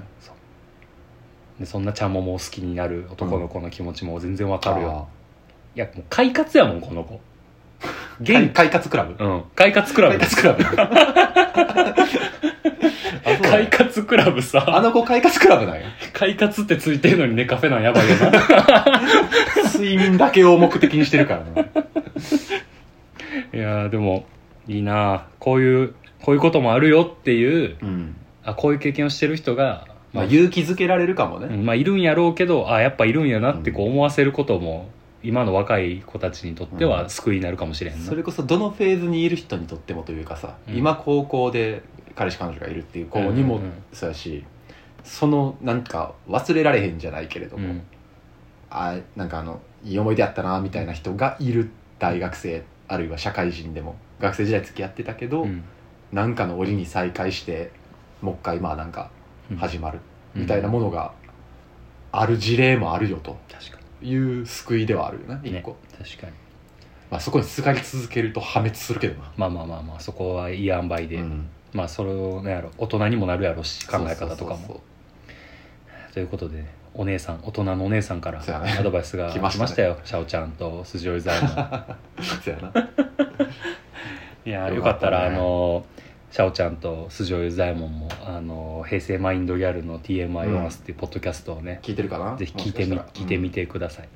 [SPEAKER 1] でそんなちゃんももを好きになる男の子の気持ちも全然分かるよ、
[SPEAKER 2] あ
[SPEAKER 1] いやもう快活やもんこの 子
[SPEAKER 2] ー快
[SPEAKER 1] 元
[SPEAKER 2] 快活クラブ
[SPEAKER 1] 気うん快活クラブ
[SPEAKER 2] 快活クラブ あそうだ
[SPEAKER 1] 快
[SPEAKER 2] ね
[SPEAKER 1] 活クラブ
[SPEAKER 2] あ
[SPEAKER 1] さ
[SPEAKER 2] の子快活クラブなんや
[SPEAKER 1] 快活ってついてるのにねカフェなんやばいよない
[SPEAKER 2] 睡眠だけを目的にしてるからね
[SPEAKER 1] やーでもいいなあこういうこういうこともあるよっていう
[SPEAKER 2] うん
[SPEAKER 1] あこういう経験をしてる人が、ま
[SPEAKER 2] まあ
[SPEAKER 1] あ、
[SPEAKER 2] 勇気づけられるかもね、
[SPEAKER 1] うんまあいるんやろうけどあやっぱいるんやなってこう思わせることも、今の若い子たちにとって
[SPEAKER 2] う
[SPEAKER 1] は
[SPEAKER 2] ん
[SPEAKER 1] 救いになるかもしれへんな、
[SPEAKER 2] それこそどのフェーズにいる人にとってもというかさ、
[SPEAKER 1] うん
[SPEAKER 2] 今高校で彼氏彼女がいるっていう子に
[SPEAKER 1] う
[SPEAKER 2] も
[SPEAKER 1] んうん
[SPEAKER 2] そうやし、そのなんか忘れられへんじゃないけれど
[SPEAKER 1] う
[SPEAKER 2] も、
[SPEAKER 1] ん
[SPEAKER 2] あなんかあのいい思い出あったなみたいな人がいる大学生あるいは社会人でも学生時代付き合ってたけど、
[SPEAKER 1] うん
[SPEAKER 2] なんかの折に再会してもう一回まあなんか
[SPEAKER 1] うん
[SPEAKER 2] 始まるみたいなものがある事例もあるよと
[SPEAKER 1] 確か
[SPEAKER 2] いう救いではあるよね
[SPEAKER 1] にね
[SPEAKER 2] 一個、
[SPEAKER 1] 確かに
[SPEAKER 2] まあ、そこにすがり続けると破滅するけどな、
[SPEAKER 1] まあまあまあまあそこはいい塩梅で、
[SPEAKER 2] うん
[SPEAKER 1] まあそれをなんやろ大人にもなるやろし考え方とかも
[SPEAKER 2] そうそうそう
[SPEAKER 1] ということでねお姉さん大人のお姉さんから
[SPEAKER 2] そうやね
[SPEAKER 1] アドバイスが
[SPEAKER 2] 来
[SPEAKER 1] 来
[SPEAKER 2] ま
[SPEAKER 1] ま
[SPEAKER 2] し
[SPEAKER 1] した
[SPEAKER 2] ね
[SPEAKER 1] たよ、シャオちゃんと筋折り沢 の
[SPEAKER 2] そうやな
[SPEAKER 1] いやー
[SPEAKER 2] よ
[SPEAKER 1] よ
[SPEAKER 2] か
[SPEAKER 1] か
[SPEAKER 2] っ
[SPEAKER 1] ったた
[SPEAKER 2] ね
[SPEAKER 1] らあのシャオちゃんと筋折り左衛門もあの平成マインドギャルの TMI
[SPEAKER 2] うん
[SPEAKER 1] オンアスっていうポッドキャストをね、
[SPEAKER 2] 聞いてるかな
[SPEAKER 1] ぜひ聞いてみ
[SPEAKER 2] もしかした
[SPEAKER 1] 聞
[SPEAKER 2] ら
[SPEAKER 1] いてみてください、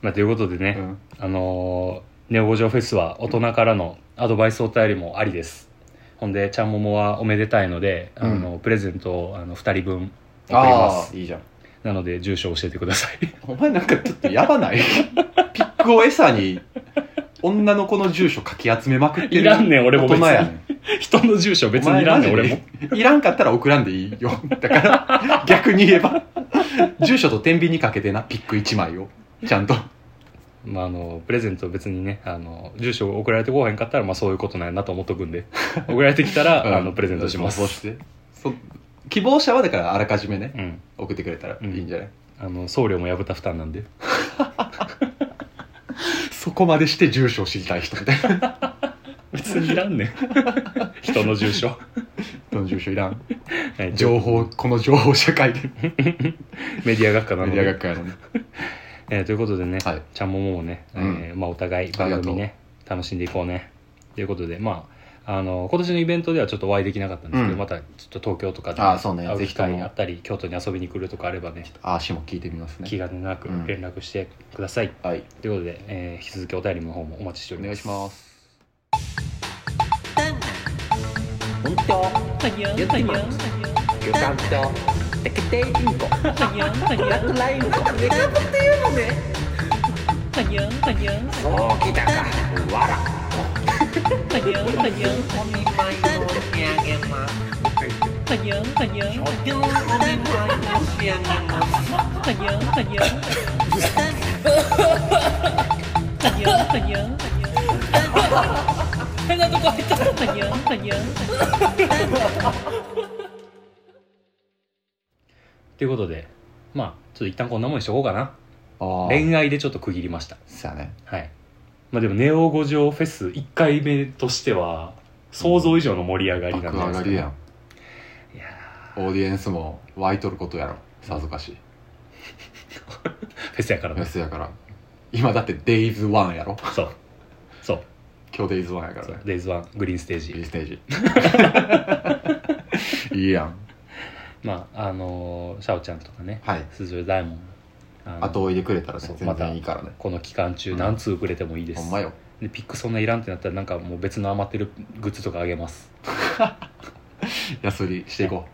[SPEAKER 1] まあ、ということで
[SPEAKER 2] う
[SPEAKER 1] ね、
[SPEAKER 2] ん
[SPEAKER 1] あのーネオ五条フェスは大人からのアドバイスお便りもありですほんでちゃんももはおめでたいので、あのプレゼントをあの2人分送りま
[SPEAKER 2] あ
[SPEAKER 1] す
[SPEAKER 2] あいいじゃん
[SPEAKER 1] なので住所を教えてください
[SPEAKER 2] お前なんかちょっとやばないピックを餌に女の子の住所かき集めまくってる
[SPEAKER 1] いらんねん俺も
[SPEAKER 2] 大
[SPEAKER 1] 別に
[SPEAKER 2] 人やねん
[SPEAKER 1] 人の住所別にいらんねん
[SPEAKER 2] お前
[SPEAKER 1] 俺
[SPEAKER 2] マジ
[SPEAKER 1] も
[SPEAKER 2] でいらんかったら送らんでいいよだから 逆に言えば住所と天秤にかけてなピック1枚をちゃんと
[SPEAKER 1] まあ、あのプレゼント別にねあの住所送られてこへんかったら、まあ、そういうことなんやなと思っとくん で送られてきたら、あのプレゼントしま
[SPEAKER 2] そうそ
[SPEAKER 1] す
[SPEAKER 2] うしてそ希望者はだからあらかじめね
[SPEAKER 1] うん
[SPEAKER 2] 送ってくれたらいいんじゃない、
[SPEAKER 1] あの送料もやぶた負担なん で
[SPEAKER 2] そこまでして住所を知りたい人みたいな
[SPEAKER 1] 別にいらんねん人の住所
[SPEAKER 2] どの住所いらん
[SPEAKER 1] はい
[SPEAKER 2] 情報この情報社会で
[SPEAKER 1] メディア学科な
[SPEAKER 2] メ
[SPEAKER 1] の
[SPEAKER 2] ディア
[SPEAKER 1] で、
[SPEAKER 2] 学会のね
[SPEAKER 1] えーということでね、
[SPEAKER 2] はい
[SPEAKER 1] ちゃんもももね、えーまあ、お互い番組ね楽しんでいこうねということでまああの今年のイベントではちょっとお会いできなかったんですけど、
[SPEAKER 2] うん
[SPEAKER 1] またちょっと東京とかで
[SPEAKER 2] あーそうね
[SPEAKER 1] 会う
[SPEAKER 2] ぜ
[SPEAKER 1] 機
[SPEAKER 2] ひと
[SPEAKER 1] 会あ
[SPEAKER 2] も
[SPEAKER 1] ったり京都に遊びに来るとかあればね
[SPEAKER 2] 足も聞いてみます
[SPEAKER 1] 気
[SPEAKER 2] ね
[SPEAKER 1] 兼ねなく
[SPEAKER 2] うん
[SPEAKER 1] 連絡してください、
[SPEAKER 2] はい
[SPEAKER 1] ということで、えー引き続きお便りの方もお待ちしてお
[SPEAKER 2] お
[SPEAKER 1] り
[SPEAKER 2] 願
[SPEAKER 1] ま
[SPEAKER 2] い
[SPEAKER 1] す
[SPEAKER 2] します
[SPEAKER 1] ということでまあちょっと一旦こんなもんにしとこうかな
[SPEAKER 2] ああ
[SPEAKER 1] 恋愛でちょっと区切りました
[SPEAKER 2] そうやね
[SPEAKER 1] はいまあでもネオ五条フェス1回目としては想像以上の盛り上がりなん
[SPEAKER 2] 爆
[SPEAKER 1] じゃな
[SPEAKER 2] 上
[SPEAKER 1] いで
[SPEAKER 2] が
[SPEAKER 1] すか
[SPEAKER 2] りやん
[SPEAKER 1] いや
[SPEAKER 2] オーディエンスも湧いとることやろさぞか
[SPEAKER 1] ー
[SPEAKER 2] し
[SPEAKER 1] フェスやからね
[SPEAKER 2] 安やから今だって Days1 やろ
[SPEAKER 1] そうそう
[SPEAKER 2] 今日 Days1 やから
[SPEAKER 1] そう
[SPEAKER 2] ね
[SPEAKER 1] デイズワングリーンステー
[SPEAKER 2] いい
[SPEAKER 1] ジ
[SPEAKER 2] ステー ジいいやん
[SPEAKER 1] まああのーシャオちゃんとかね
[SPEAKER 2] はい
[SPEAKER 1] スズル大門あの
[SPEAKER 2] 後追いでくれたらね
[SPEAKER 1] そう
[SPEAKER 2] 全然いいからね
[SPEAKER 1] この期間中
[SPEAKER 2] うん
[SPEAKER 1] 何通くれてもいいです、
[SPEAKER 2] ほんまよ
[SPEAKER 1] でピックそんないらんってなったらなんかもう別の余ってるグッズとかあげます
[SPEAKER 2] 安売りしていこ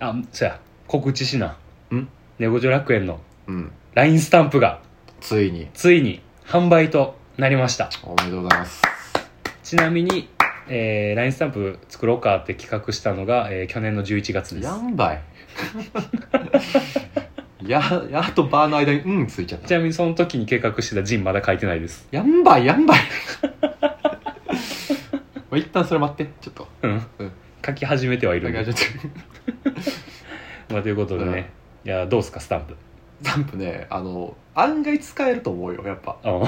[SPEAKER 1] あそや告知しなんネゴジョ楽園の
[SPEAKER 2] ううん
[SPEAKER 1] LINE スタンプが
[SPEAKER 2] ついに
[SPEAKER 1] ついに販売となりました
[SPEAKER 2] おめでとうございます
[SPEAKER 1] ちなみに、えー、LINE スタンプ作ろうかって企画したのが、えー去年の11月です
[SPEAKER 2] やんばい ややっとバーの間に「うん」ついちゃっ
[SPEAKER 1] ち
[SPEAKER 2] た
[SPEAKER 1] なみにその時に計画してたジンまだ書いてないです
[SPEAKER 2] やんばいやんばい まあ一旦それ待ってちょっと
[SPEAKER 1] うん
[SPEAKER 2] うん
[SPEAKER 1] 書き始めてはいるん
[SPEAKER 2] だから
[SPEAKER 1] で、
[SPEAKER 2] ちょっと
[SPEAKER 1] まあ、ということでね、いやどうすかスタンプ
[SPEAKER 2] スタンプねあの案外使えると思うよやっぱ、
[SPEAKER 1] あ
[SPEAKER 2] うん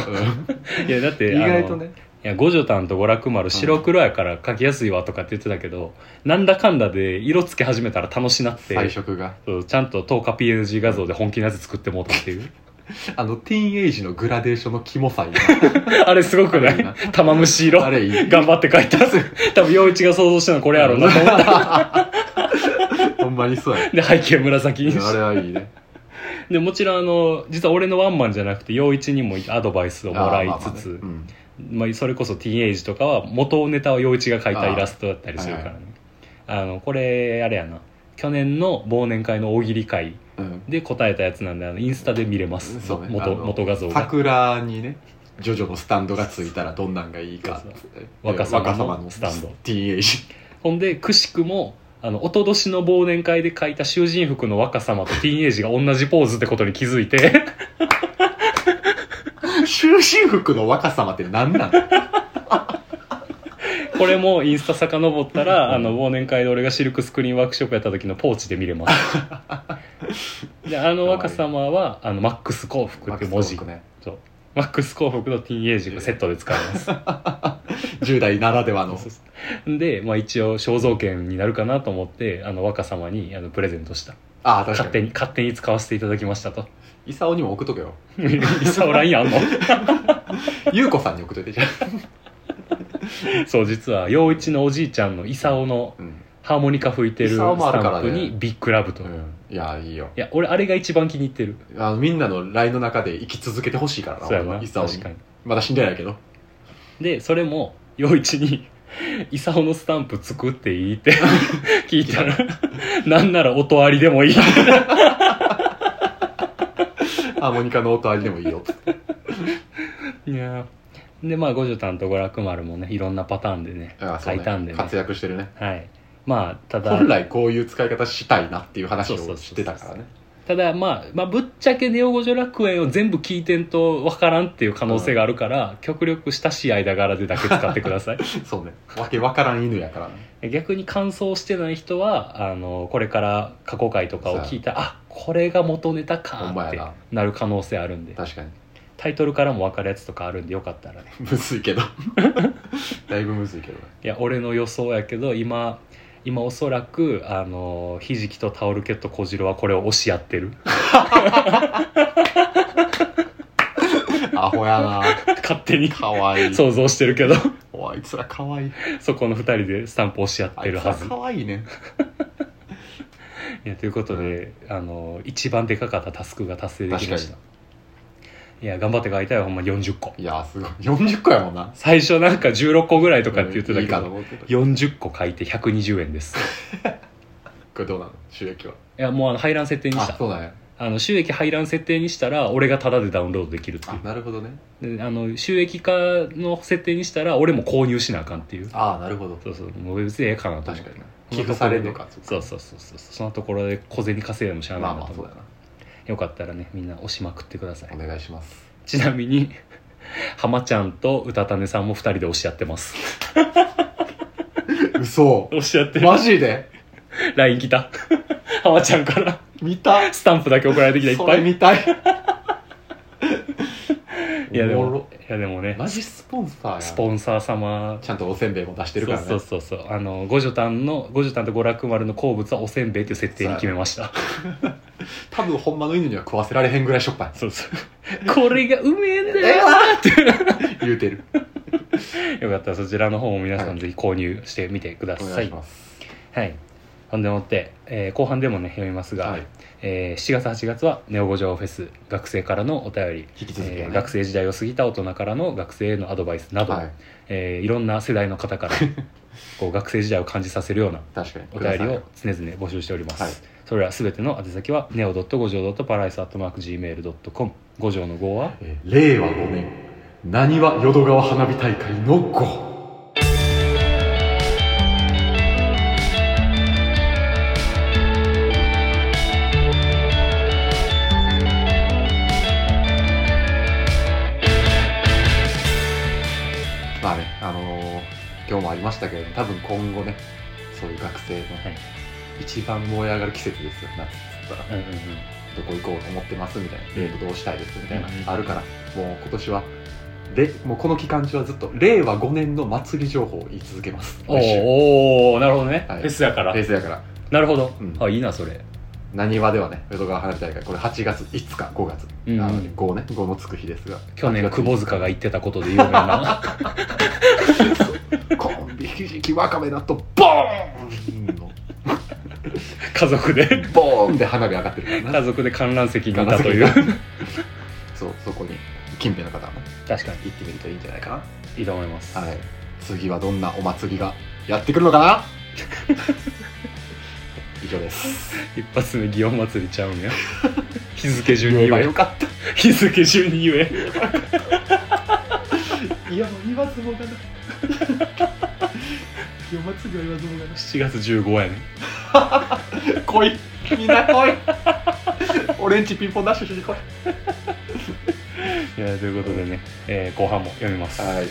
[SPEAKER 1] いやだって
[SPEAKER 2] 意外と
[SPEAKER 1] あの
[SPEAKER 2] ね
[SPEAKER 1] いや五条たんと五楽丸白黒やから書きやすいわとかって言ってたけど、なんだかんだで色つけ始めたら楽しなって
[SPEAKER 2] 彩色が
[SPEAKER 1] そうちゃんと10日 PNG 画像で本気のやつ作ってもうたっていう
[SPEAKER 2] あのティーンエイジのグラデーションのキモさいい
[SPEAKER 1] あれすごくない玉虫色
[SPEAKER 2] なあれいい
[SPEAKER 1] 頑張って書い た多分陽一が想像したのこれ やろうなと思った
[SPEAKER 2] ほんまにそうや
[SPEAKER 1] で背景紫に
[SPEAKER 2] あ
[SPEAKER 1] し
[SPEAKER 2] れはいいね
[SPEAKER 1] でもちろんあの実は俺のワンマンじゃなくて陽一にもアドバイスをもらいつつ
[SPEAKER 2] あーまあまあねうん
[SPEAKER 1] まあ、それこそティーンエイジとかは元ネタは陽一が描いたイラストだったりするからねあ,、のこれあれやな去年の忘年会の大喜利会
[SPEAKER 2] うん
[SPEAKER 1] で答えたやつなんであのインスタで見れます、
[SPEAKER 2] そうねあ
[SPEAKER 1] 元
[SPEAKER 2] の
[SPEAKER 1] 元画像が
[SPEAKER 2] 桜にねジョジョのスタンドがついたらどんなんがいいか
[SPEAKER 1] そう
[SPEAKER 2] って
[SPEAKER 1] 若様の
[SPEAKER 2] 若様の
[SPEAKER 1] スタンド
[SPEAKER 2] ティーンエイジ
[SPEAKER 1] ほんでくしくもあの一昨年の忘年会で描いた囚人服の若様とティーンエイジが同じポーズってことに気づいて
[SPEAKER 2] 終身服の若様って何なの
[SPEAKER 1] これもインスタ遡ったらあの忘年会で俺がシルクスクリーンワークショップやった時のポーチで見れます であの若様はあのマックス幸福って文字
[SPEAKER 2] ね
[SPEAKER 1] そうマックス幸福のティーンエイジがセットで使え ます
[SPEAKER 2] 10代ならではの
[SPEAKER 1] そうそうで、まあ、一応肖像権になるかなと思ってあの若様にあのプレゼントした
[SPEAKER 2] ああ確
[SPEAKER 1] 勝
[SPEAKER 2] か
[SPEAKER 1] 手
[SPEAKER 2] に
[SPEAKER 1] に勝手に使わせていただきましたと
[SPEAKER 2] イサオにも送っとけよ
[SPEAKER 1] イサオラインあん の
[SPEAKER 2] 優子さんに送っと いてじゃあ、
[SPEAKER 1] そう実は陽一のおじいちゃんのイサオの
[SPEAKER 2] うん
[SPEAKER 1] ハーモニカ吹いてる
[SPEAKER 2] イ
[SPEAKER 1] ス
[SPEAKER 2] サオもあるか
[SPEAKER 1] タ
[SPEAKER 2] ら
[SPEAKER 1] ン
[SPEAKER 2] ね
[SPEAKER 1] プにビッグラブと、
[SPEAKER 2] う
[SPEAKER 1] い
[SPEAKER 2] ん、いやいいよ
[SPEAKER 1] や俺あれが一番気に入ってる
[SPEAKER 2] あのみんなの LINE の中で生き続けてほしいからな
[SPEAKER 1] そうや
[SPEAKER 2] 俺
[SPEAKER 1] な
[SPEAKER 2] はイサオ
[SPEAKER 1] 確
[SPEAKER 2] に
[SPEAKER 1] かに
[SPEAKER 2] まだ死んでないけど
[SPEAKER 1] でそれも陽一に 「イサオのスタンプ作っていい?」 って聞いたら「なんなら音ありでもいい」
[SPEAKER 2] ハーモニカの音ありでもいい よ
[SPEAKER 1] いやーでまあ五条んと五楽丸もねいろんなパターンでね
[SPEAKER 2] ああそ
[SPEAKER 1] 書
[SPEAKER 2] う
[SPEAKER 1] い
[SPEAKER 2] ね
[SPEAKER 1] たんでね
[SPEAKER 2] 活躍してるね
[SPEAKER 1] はいまあただ
[SPEAKER 2] 本来こういう使い方したいなっていう話
[SPEAKER 1] そうそう
[SPEAKER 2] を
[SPEAKER 1] そう
[SPEAKER 2] してたからね
[SPEAKER 1] ただまあ、まあ、ぶっちゃけネオ五条楽園を全部聞いてんとわからんっていう可能性があるから、極力親しい間柄でだけ使ってくだ さい
[SPEAKER 2] そうねわけわからん犬やからね
[SPEAKER 1] 逆に感想してない人はあのこれから過去回とかを聞いたらあこれが元ネタ
[SPEAKER 2] ほ
[SPEAKER 1] か
[SPEAKER 2] ん
[SPEAKER 1] っ
[SPEAKER 2] まや
[SPEAKER 1] て
[SPEAKER 2] な
[SPEAKER 1] なる可能性あるんで
[SPEAKER 2] 確かに
[SPEAKER 1] タイトルからも分かるやつとかあるんでよかったらね
[SPEAKER 2] むずいけどだいぶむずいけどね
[SPEAKER 1] いや俺の予想やけど今今おそらくあのひじきとタオルケット小次郎はこれを押し合って る
[SPEAKER 2] アホやな
[SPEAKER 1] 勝手に
[SPEAKER 2] かわいい
[SPEAKER 1] 想像してるけど
[SPEAKER 2] おあいつらかわいい
[SPEAKER 1] そこの2人でスタンプ押し合っ
[SPEAKER 2] あ
[SPEAKER 1] て
[SPEAKER 2] いつ
[SPEAKER 1] るは
[SPEAKER 2] ら
[SPEAKER 1] ず
[SPEAKER 2] かわいいね
[SPEAKER 1] いやということで、あの一番でかかったタスクが達成できましたいや頑張って書いたよほんま40個
[SPEAKER 2] いやすごい40個やもんな
[SPEAKER 1] 最初なんか16個ぐらいとかって言ってた
[SPEAKER 2] い
[SPEAKER 1] け
[SPEAKER 2] いかと
[SPEAKER 1] ど
[SPEAKER 2] 思ってたこ
[SPEAKER 1] 40個書いて120円 です
[SPEAKER 2] れどうなの収益はい
[SPEAKER 1] やもうあの排卵設定にし
[SPEAKER 2] あ
[SPEAKER 1] た
[SPEAKER 2] そうだね
[SPEAKER 1] あの収益排卵設定にしたら俺がタダでダウンロードできるって
[SPEAKER 2] あ
[SPEAKER 1] いう
[SPEAKER 2] なるほどね
[SPEAKER 1] であの収益化の設定にしたら俺も購入しなあかんっていう
[SPEAKER 2] ああなるほど
[SPEAKER 1] そうそうもう別にええかなと思っ
[SPEAKER 2] 確か
[SPEAKER 1] て
[SPEAKER 2] にな
[SPEAKER 1] そ
[SPEAKER 2] 寄
[SPEAKER 1] のところで
[SPEAKER 2] 付されるのか
[SPEAKER 1] そうそうそうそうそのところで小銭稼いでもしゃあ
[SPEAKER 2] ま
[SPEAKER 1] ない
[SPEAKER 2] あ
[SPEAKER 1] な
[SPEAKER 2] まあ
[SPEAKER 1] と
[SPEAKER 2] そ
[SPEAKER 1] 思
[SPEAKER 2] う
[SPEAKER 1] っ
[SPEAKER 2] だ
[SPEAKER 1] て
[SPEAKER 2] な
[SPEAKER 1] よかったらねみんな押しまくってください
[SPEAKER 2] お願いします
[SPEAKER 1] ちなみに浜ちゃんとうたたねさんも2人で押し合ってます
[SPEAKER 2] 嘘
[SPEAKER 1] 押し合 ってる
[SPEAKER 2] マジで
[SPEAKER 1] LINE 来た 浜ちゃんから
[SPEAKER 2] 見た
[SPEAKER 1] スタンプだけ送られてきたいっ
[SPEAKER 2] そ
[SPEAKER 1] ぱ
[SPEAKER 2] れ
[SPEAKER 1] い
[SPEAKER 2] 見たい
[SPEAKER 1] いやで
[SPEAKER 2] おも
[SPEAKER 1] も
[SPEAKER 2] ろ
[SPEAKER 1] いやでもね
[SPEAKER 2] マジスポンサーや
[SPEAKER 1] スポンサー様
[SPEAKER 2] ちゃんとおせんべいも出してるからね
[SPEAKER 1] そうそうそうそうあの五条丹の五条丹と五楽丸の好物はおせんべいっていう設定に決めました
[SPEAKER 2] 多分ほんまの犬には食わせられへんぐらいしょっぱい
[SPEAKER 1] そうそうこれがうめえんだよ
[SPEAKER 2] 言うてる
[SPEAKER 1] よかったらそちらの方も皆さんぜひ購入してみてくだ
[SPEAKER 2] お
[SPEAKER 1] さ
[SPEAKER 2] 願い
[SPEAKER 1] い
[SPEAKER 2] します
[SPEAKER 1] はいほんでもって、えー後半でもね読みますが、
[SPEAKER 2] はい
[SPEAKER 1] えー7月8月はネオ五条フェス学生からのお便り
[SPEAKER 2] 引き続き
[SPEAKER 1] え
[SPEAKER 2] は
[SPEAKER 1] ー
[SPEAKER 2] ね
[SPEAKER 1] 学生時代を過ぎた大人からの学生へのアドバイスなど、
[SPEAKER 2] はい
[SPEAKER 1] いえーいろんな世代の方 からこう学生時代を感じさせるような
[SPEAKER 2] 確かに
[SPEAKER 1] お便り
[SPEAKER 2] くださ
[SPEAKER 1] を
[SPEAKER 2] い
[SPEAKER 1] 常々募集しております、
[SPEAKER 2] はい
[SPEAKER 1] それらすべての宛先は neo. 五条 .parais.gmail.com 五条の5は
[SPEAKER 2] えー令和5年なにわ淀川花火大会の5まあねあのー今日もありましたけれども多分今後ねそういう学生の
[SPEAKER 1] い
[SPEAKER 2] 一番燃え上がる季節ですよ夏っつったら
[SPEAKER 1] うんうんうん
[SPEAKER 2] どこ行こうと思ってますみたいな、デートどうしたいですみたいな、
[SPEAKER 1] うん
[SPEAKER 2] あるから、もう今年は、れもうこの期間中はずっと、令和5年の祭り情報を言い続けます。
[SPEAKER 1] お
[SPEAKER 2] 毎週
[SPEAKER 1] ーおーなるほどね、
[SPEAKER 2] はい
[SPEAKER 1] フェスやから
[SPEAKER 2] 平成やから、
[SPEAKER 1] なるほど、
[SPEAKER 2] うん
[SPEAKER 1] あいいなそれ
[SPEAKER 2] なにわではね、江戸川花火大会、これ8月5日、5月、
[SPEAKER 1] うん
[SPEAKER 2] あの5ね、5のつく日ですが、
[SPEAKER 1] 去年
[SPEAKER 2] 8月
[SPEAKER 1] 久保塚が言ってたことで有名な
[SPEAKER 2] コンビひじきわかめだと、ボーンの、
[SPEAKER 1] 家族で
[SPEAKER 2] ボーンで花火上がって るから
[SPEAKER 1] 家
[SPEAKER 2] な、
[SPEAKER 1] 族で観覧席にいたという
[SPEAKER 2] 観覧そう、そこに、近辺の方はね、
[SPEAKER 1] 確かに
[SPEAKER 2] 行ってみるといいんじゃないか
[SPEAKER 1] いいと思います、
[SPEAKER 2] な。はい、次はどんなお祭りがやってくるのかな 以上です。
[SPEAKER 1] 一発目祇園祭りちゃうん や日付順に
[SPEAKER 2] 言
[SPEAKER 1] 言
[SPEAKER 2] えば
[SPEAKER 1] え
[SPEAKER 2] よかった
[SPEAKER 1] 日付順に言え
[SPEAKER 2] いやもう言わずもがな お祭りは言わずもがな
[SPEAKER 1] 7月15やね
[SPEAKER 2] 来いみんな来い 俺んちピンポンダッシュしに来い
[SPEAKER 1] いやということでね、えー後半も読みます、
[SPEAKER 2] はい